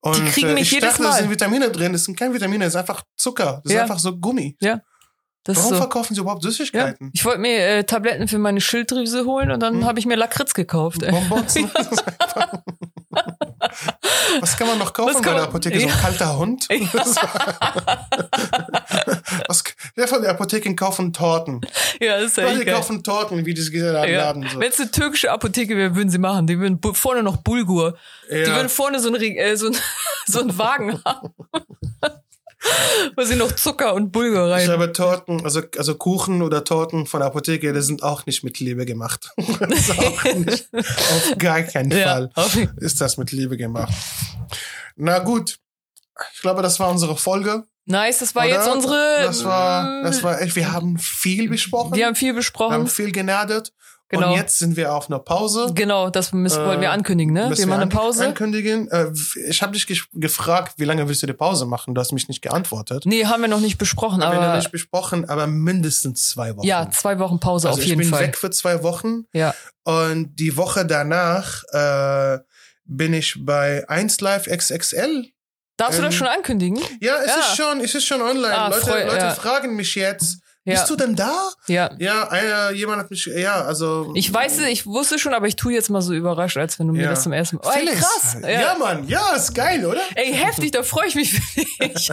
und,
kriegen
äh,
mich
ich
jedes
dachte, da
Mal.
sind Vitamine drin. Das sind keine Vitamine, das ist einfach Zucker. Das
Ja.
ist einfach so Gummi.
Ja. Das ist
Warum
so.
verkaufen sie überhaupt
Ja,
Süßigkeiten?
ich wollte mir äh, Tabletten für meine Schilddrüse holen und dann
Mhm.
habe ich mir Lakritz gekauft. Ey.
Bonbons. Was kann man noch kaufen
Was
bei
kann
der
man-
Apotheke? So ein kalter Hund? Das war- Was, wer von der Apotheke kaufen Torten?
Ja, das ist ja
Alle
echt geil.
kaufen Torten, wie diese Gesellschaft
Ja.
Laden. So.
Wenn es eine türkische Apotheke wäre, würden sie machen. Die würden bu- vorne noch Bulgur. Die
Ja.
würden vorne so einen, Reg- äh, so einen, so einen Wagen haben. Wo sie noch Zucker und Bulgur
Ich
rein.
habe Torten, also, also Kuchen oder Torten von der Apotheke, die sind auch nicht mit Liebe gemacht. Das ist auch nicht, auf gar keinen
Ja,
Fall
auf,
ist das mit Liebe gemacht. Na gut, ich glaube, das war unsere Folge.
nice, das war
oder?
jetzt unsere. äh, mm,
Das war, das war echt, wir haben viel besprochen.
wir haben viel
Wir haben
besprochen.
viel genadet.
Genau.
Und jetzt sind wir auf einer Pause.
Genau, das müssen,
Äh,
wollten wir ankündigen, ne?
Müssen
Wir machen eine
an-
Pause.
Ankündigen. Äh, Ich habe dich ges- gefragt, wie lange willst du die Pause machen? Du hast mich nicht geantwortet.
Nee, haben wir noch nicht besprochen,
Haben wir noch
aber
nicht besprochen, aber mindestens zwei Wochen.
Ah. ja, zwei Wochen Pause
also
auf
ich
jeden
bin
Fall.
weg für zwei Wochen
Ja.
und die Woche danach äh, bin ich bei 1Live XXL.
Darfst du das
Ähm,
schon ankündigen?
Ja, es
Ja.
ist schon, es ist schon online.
Ah,
Leute,
freu-
Leute
ja.
fragen mich jetzt,
Ja.
bist du denn da?
Ja.
Ja, einer, jemand hat mich, ja, also
Ich weiß, es, ich wusste schon, aber ich tue jetzt mal so überrascht, als wenn du mir
Ja.
das zum ersten Mal. Oh, ey,
Felix.
krass.
Ja.
Ja.
Mann, ja, ist geil, oder?
Ey, heftig, da freue ich mich für dich.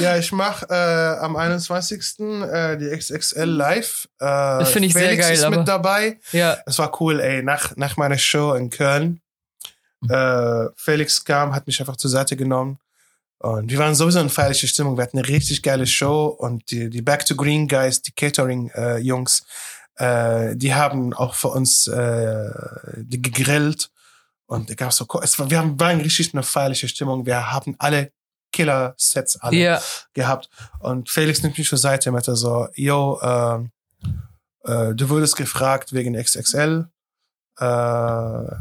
Ja, ich mache äh, am 21. Äh, die XXL live. Äh, das
finde ich sehr
Felix
geil,
ist
aber-
mit dabei.
ja.
Es war cool, ey. Nach, nach meiner Show in Köln, äh, Felix kam, hat mich einfach zur Seite genommen. Und wir waren sowieso in feierlicher Stimmung. Wir hatten eine richtig geile Show und die, die Back to Green Guys, die Catering-Jungs, äh, die haben auch für uns äh, die gegrillt. Und da gab's so, Co- es war, wir haben, waren richtig in einer feierlichen Stimmung. Wir haben alle Killer-Sets alle
Ja.
gehabt. Und Felix nimmt mich zur Seite und meinte so, yo, ähm, äh, du wurdest gefragt wegen XXL, äh,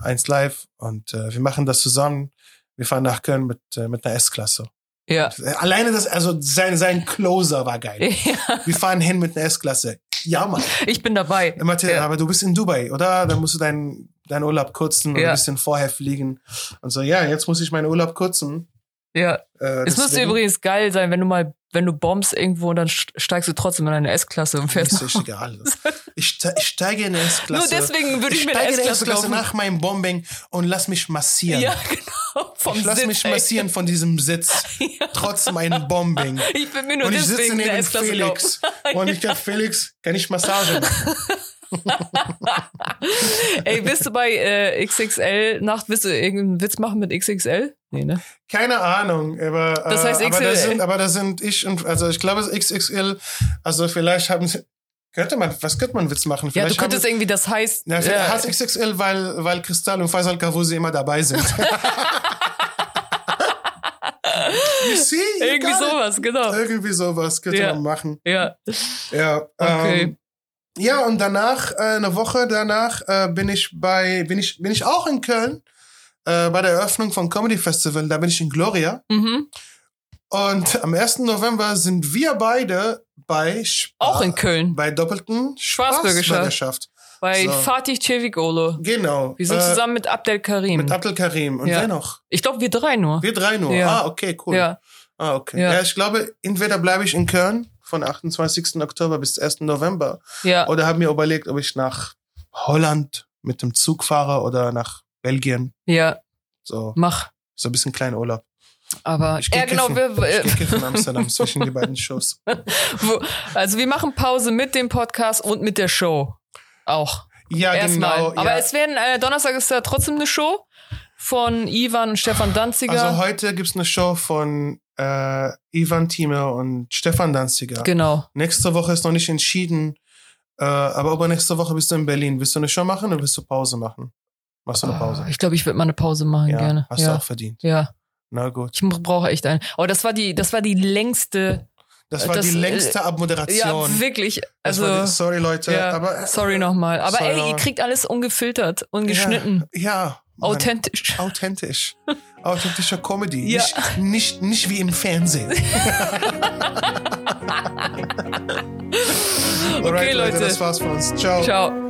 1 Live und äh, wir machen das zusammen. Wir fahren nach Köln mit, äh, mit einer S-Klasse.
Ja.
Äh, Alleine das, also sein, sein Closer war geil.
ja.
Wir fahren hin mit einer S-Klasse. Ja, Mann.
Ich bin dabei.
Er meinte,
Ja.
aber du bist in Dubai, oder? Dann musst du deinen deinen Urlaub kürzen und
Ja.
ein bisschen vorher fliegen. Und so, ja, jetzt muss ich meinen Urlaub kürzen.
Ja.
Äh,
Es müsste
deswegen-
übrigens geil sein, wenn du mal, wenn du bombst irgendwo und dann st- steigst du trotzdem in eine S-Klasse und
Mir
fährst.
ist echt egal. Ich, ste- ich steige in eine S-Klasse.
Genau. Nur deswegen würde ich, mir eine
steige in eine
S-Klasse
S-Klasse
kaufen.
nach meinem Bombing und lass mich massieren.
ja, genau. Vom
ich lass
Sitz,
mich
ey.
massieren von diesem Sitz, trotz meinem Bombing.
Ich bin mir nur
und ich sitze
deswegen in der
neben
S-Klasse kaufen.
Felix. Und ich dachte, Felix, kann ich Massage machen?
Ey, bist du bei äh, XXL Nacht, willst du irgendeinen Witz machen mit XXL? Nee, ne?
Keine Ahnung, aber,
Das heißt
äh, aber, da
XXL.
sind, aber da sind ich und, also ich glaube, es ist XXL, also vielleicht haben sie, könnte man, was könnte man Witz machen?
Ja,
Vielleicht
du könntest
haben,
irgendwie das heißt.
na,
äh, ja.
Hass XXL, weil, weil Kristall und Faisal Kavusi immer dabei sind. you see? You
Irgendwie
got it.
sowas, genau.
Irgendwie sowas könnte
Ja.
man machen.
Ja.
Ja,
Okay.
ähm, ja und danach, äh, eine Woche danach, äh, bin ich bei, bin ich, bin ich auch in Köln äh, bei der Eröffnung vom Comedy Festival. Da bin ich in Gloria.
Mhm.
Und am 1. November sind wir beide bei Sp
Auch in Köln.
bei doppelten
Schwarzbürgerschaft.
Staatsbürgerschaft.
Bei
So.
Fatih Cevikolo.
Genau.
Wir sind
äh,
zusammen mit Abdel Karim.
mit Abdel Karim. Und
Ja.
wer noch?
ich glaube, wir drei nur.
Wir drei nur.
Ja.
Ah, okay, cool.
Ja.
Ah, okay.
Ja.
Ja. ich glaube, entweder bleibe ich in Köln von 28. Oktober bis 1. November
Ja.
oder habe mir überlegt, ob ich nach Holland mit dem Zug fahre oder nach Belgien.
ja.
So,
Mach.
so ein bisschen kleiner Urlaub.
Aber.
Ich geh
Ja, genau.
kiffen.
Wir,
Ich
äh,
gehe in Amsterdam zwischen die beiden Shows.
wo, also, wir machen Pause mit dem Podcast und mit der Show. Auch.
Ja,
Erstmal.
genau.
Aber
ja.
es werden. Äh, Donnerstag ist da trotzdem eine Show von Ivan und Stefan Danziger.
Also heute gibt's eine Show von äh, Ivan Thieme und Stefan Danziger.
genau.
Nächste Woche ist noch nicht entschieden, äh, aber übernächste Woche bist du in Berlin. Willst du eine Show machen oder willst du Pause machen? Machst du eine Pause?
Ah, Ich glaube, ich würde mal eine Pause machen
ja,
gerne.
Hast du
Ja.
auch verdient.
ja.
Na gut.
Ich brauche echt einen. Oh, das war die, das war die längste
Das war
Das,
die
äh,
längste Abmoderation.
Ja, wirklich.
Das
Also,
war die, sorry Leute,
ja,
aber äh,
sorry nochmal. Aber
sorry
ey, ihr
nochmal.
kriegt alles ungefiltert, ungeschnitten,
ja. Mann.
authentisch.
Authentisch. Authentische Comedy.
Ja.
Nicht, nicht, nicht wie im Fernsehen.
Okay, Leute.
Das war's von uns. Ciao.
Ciao.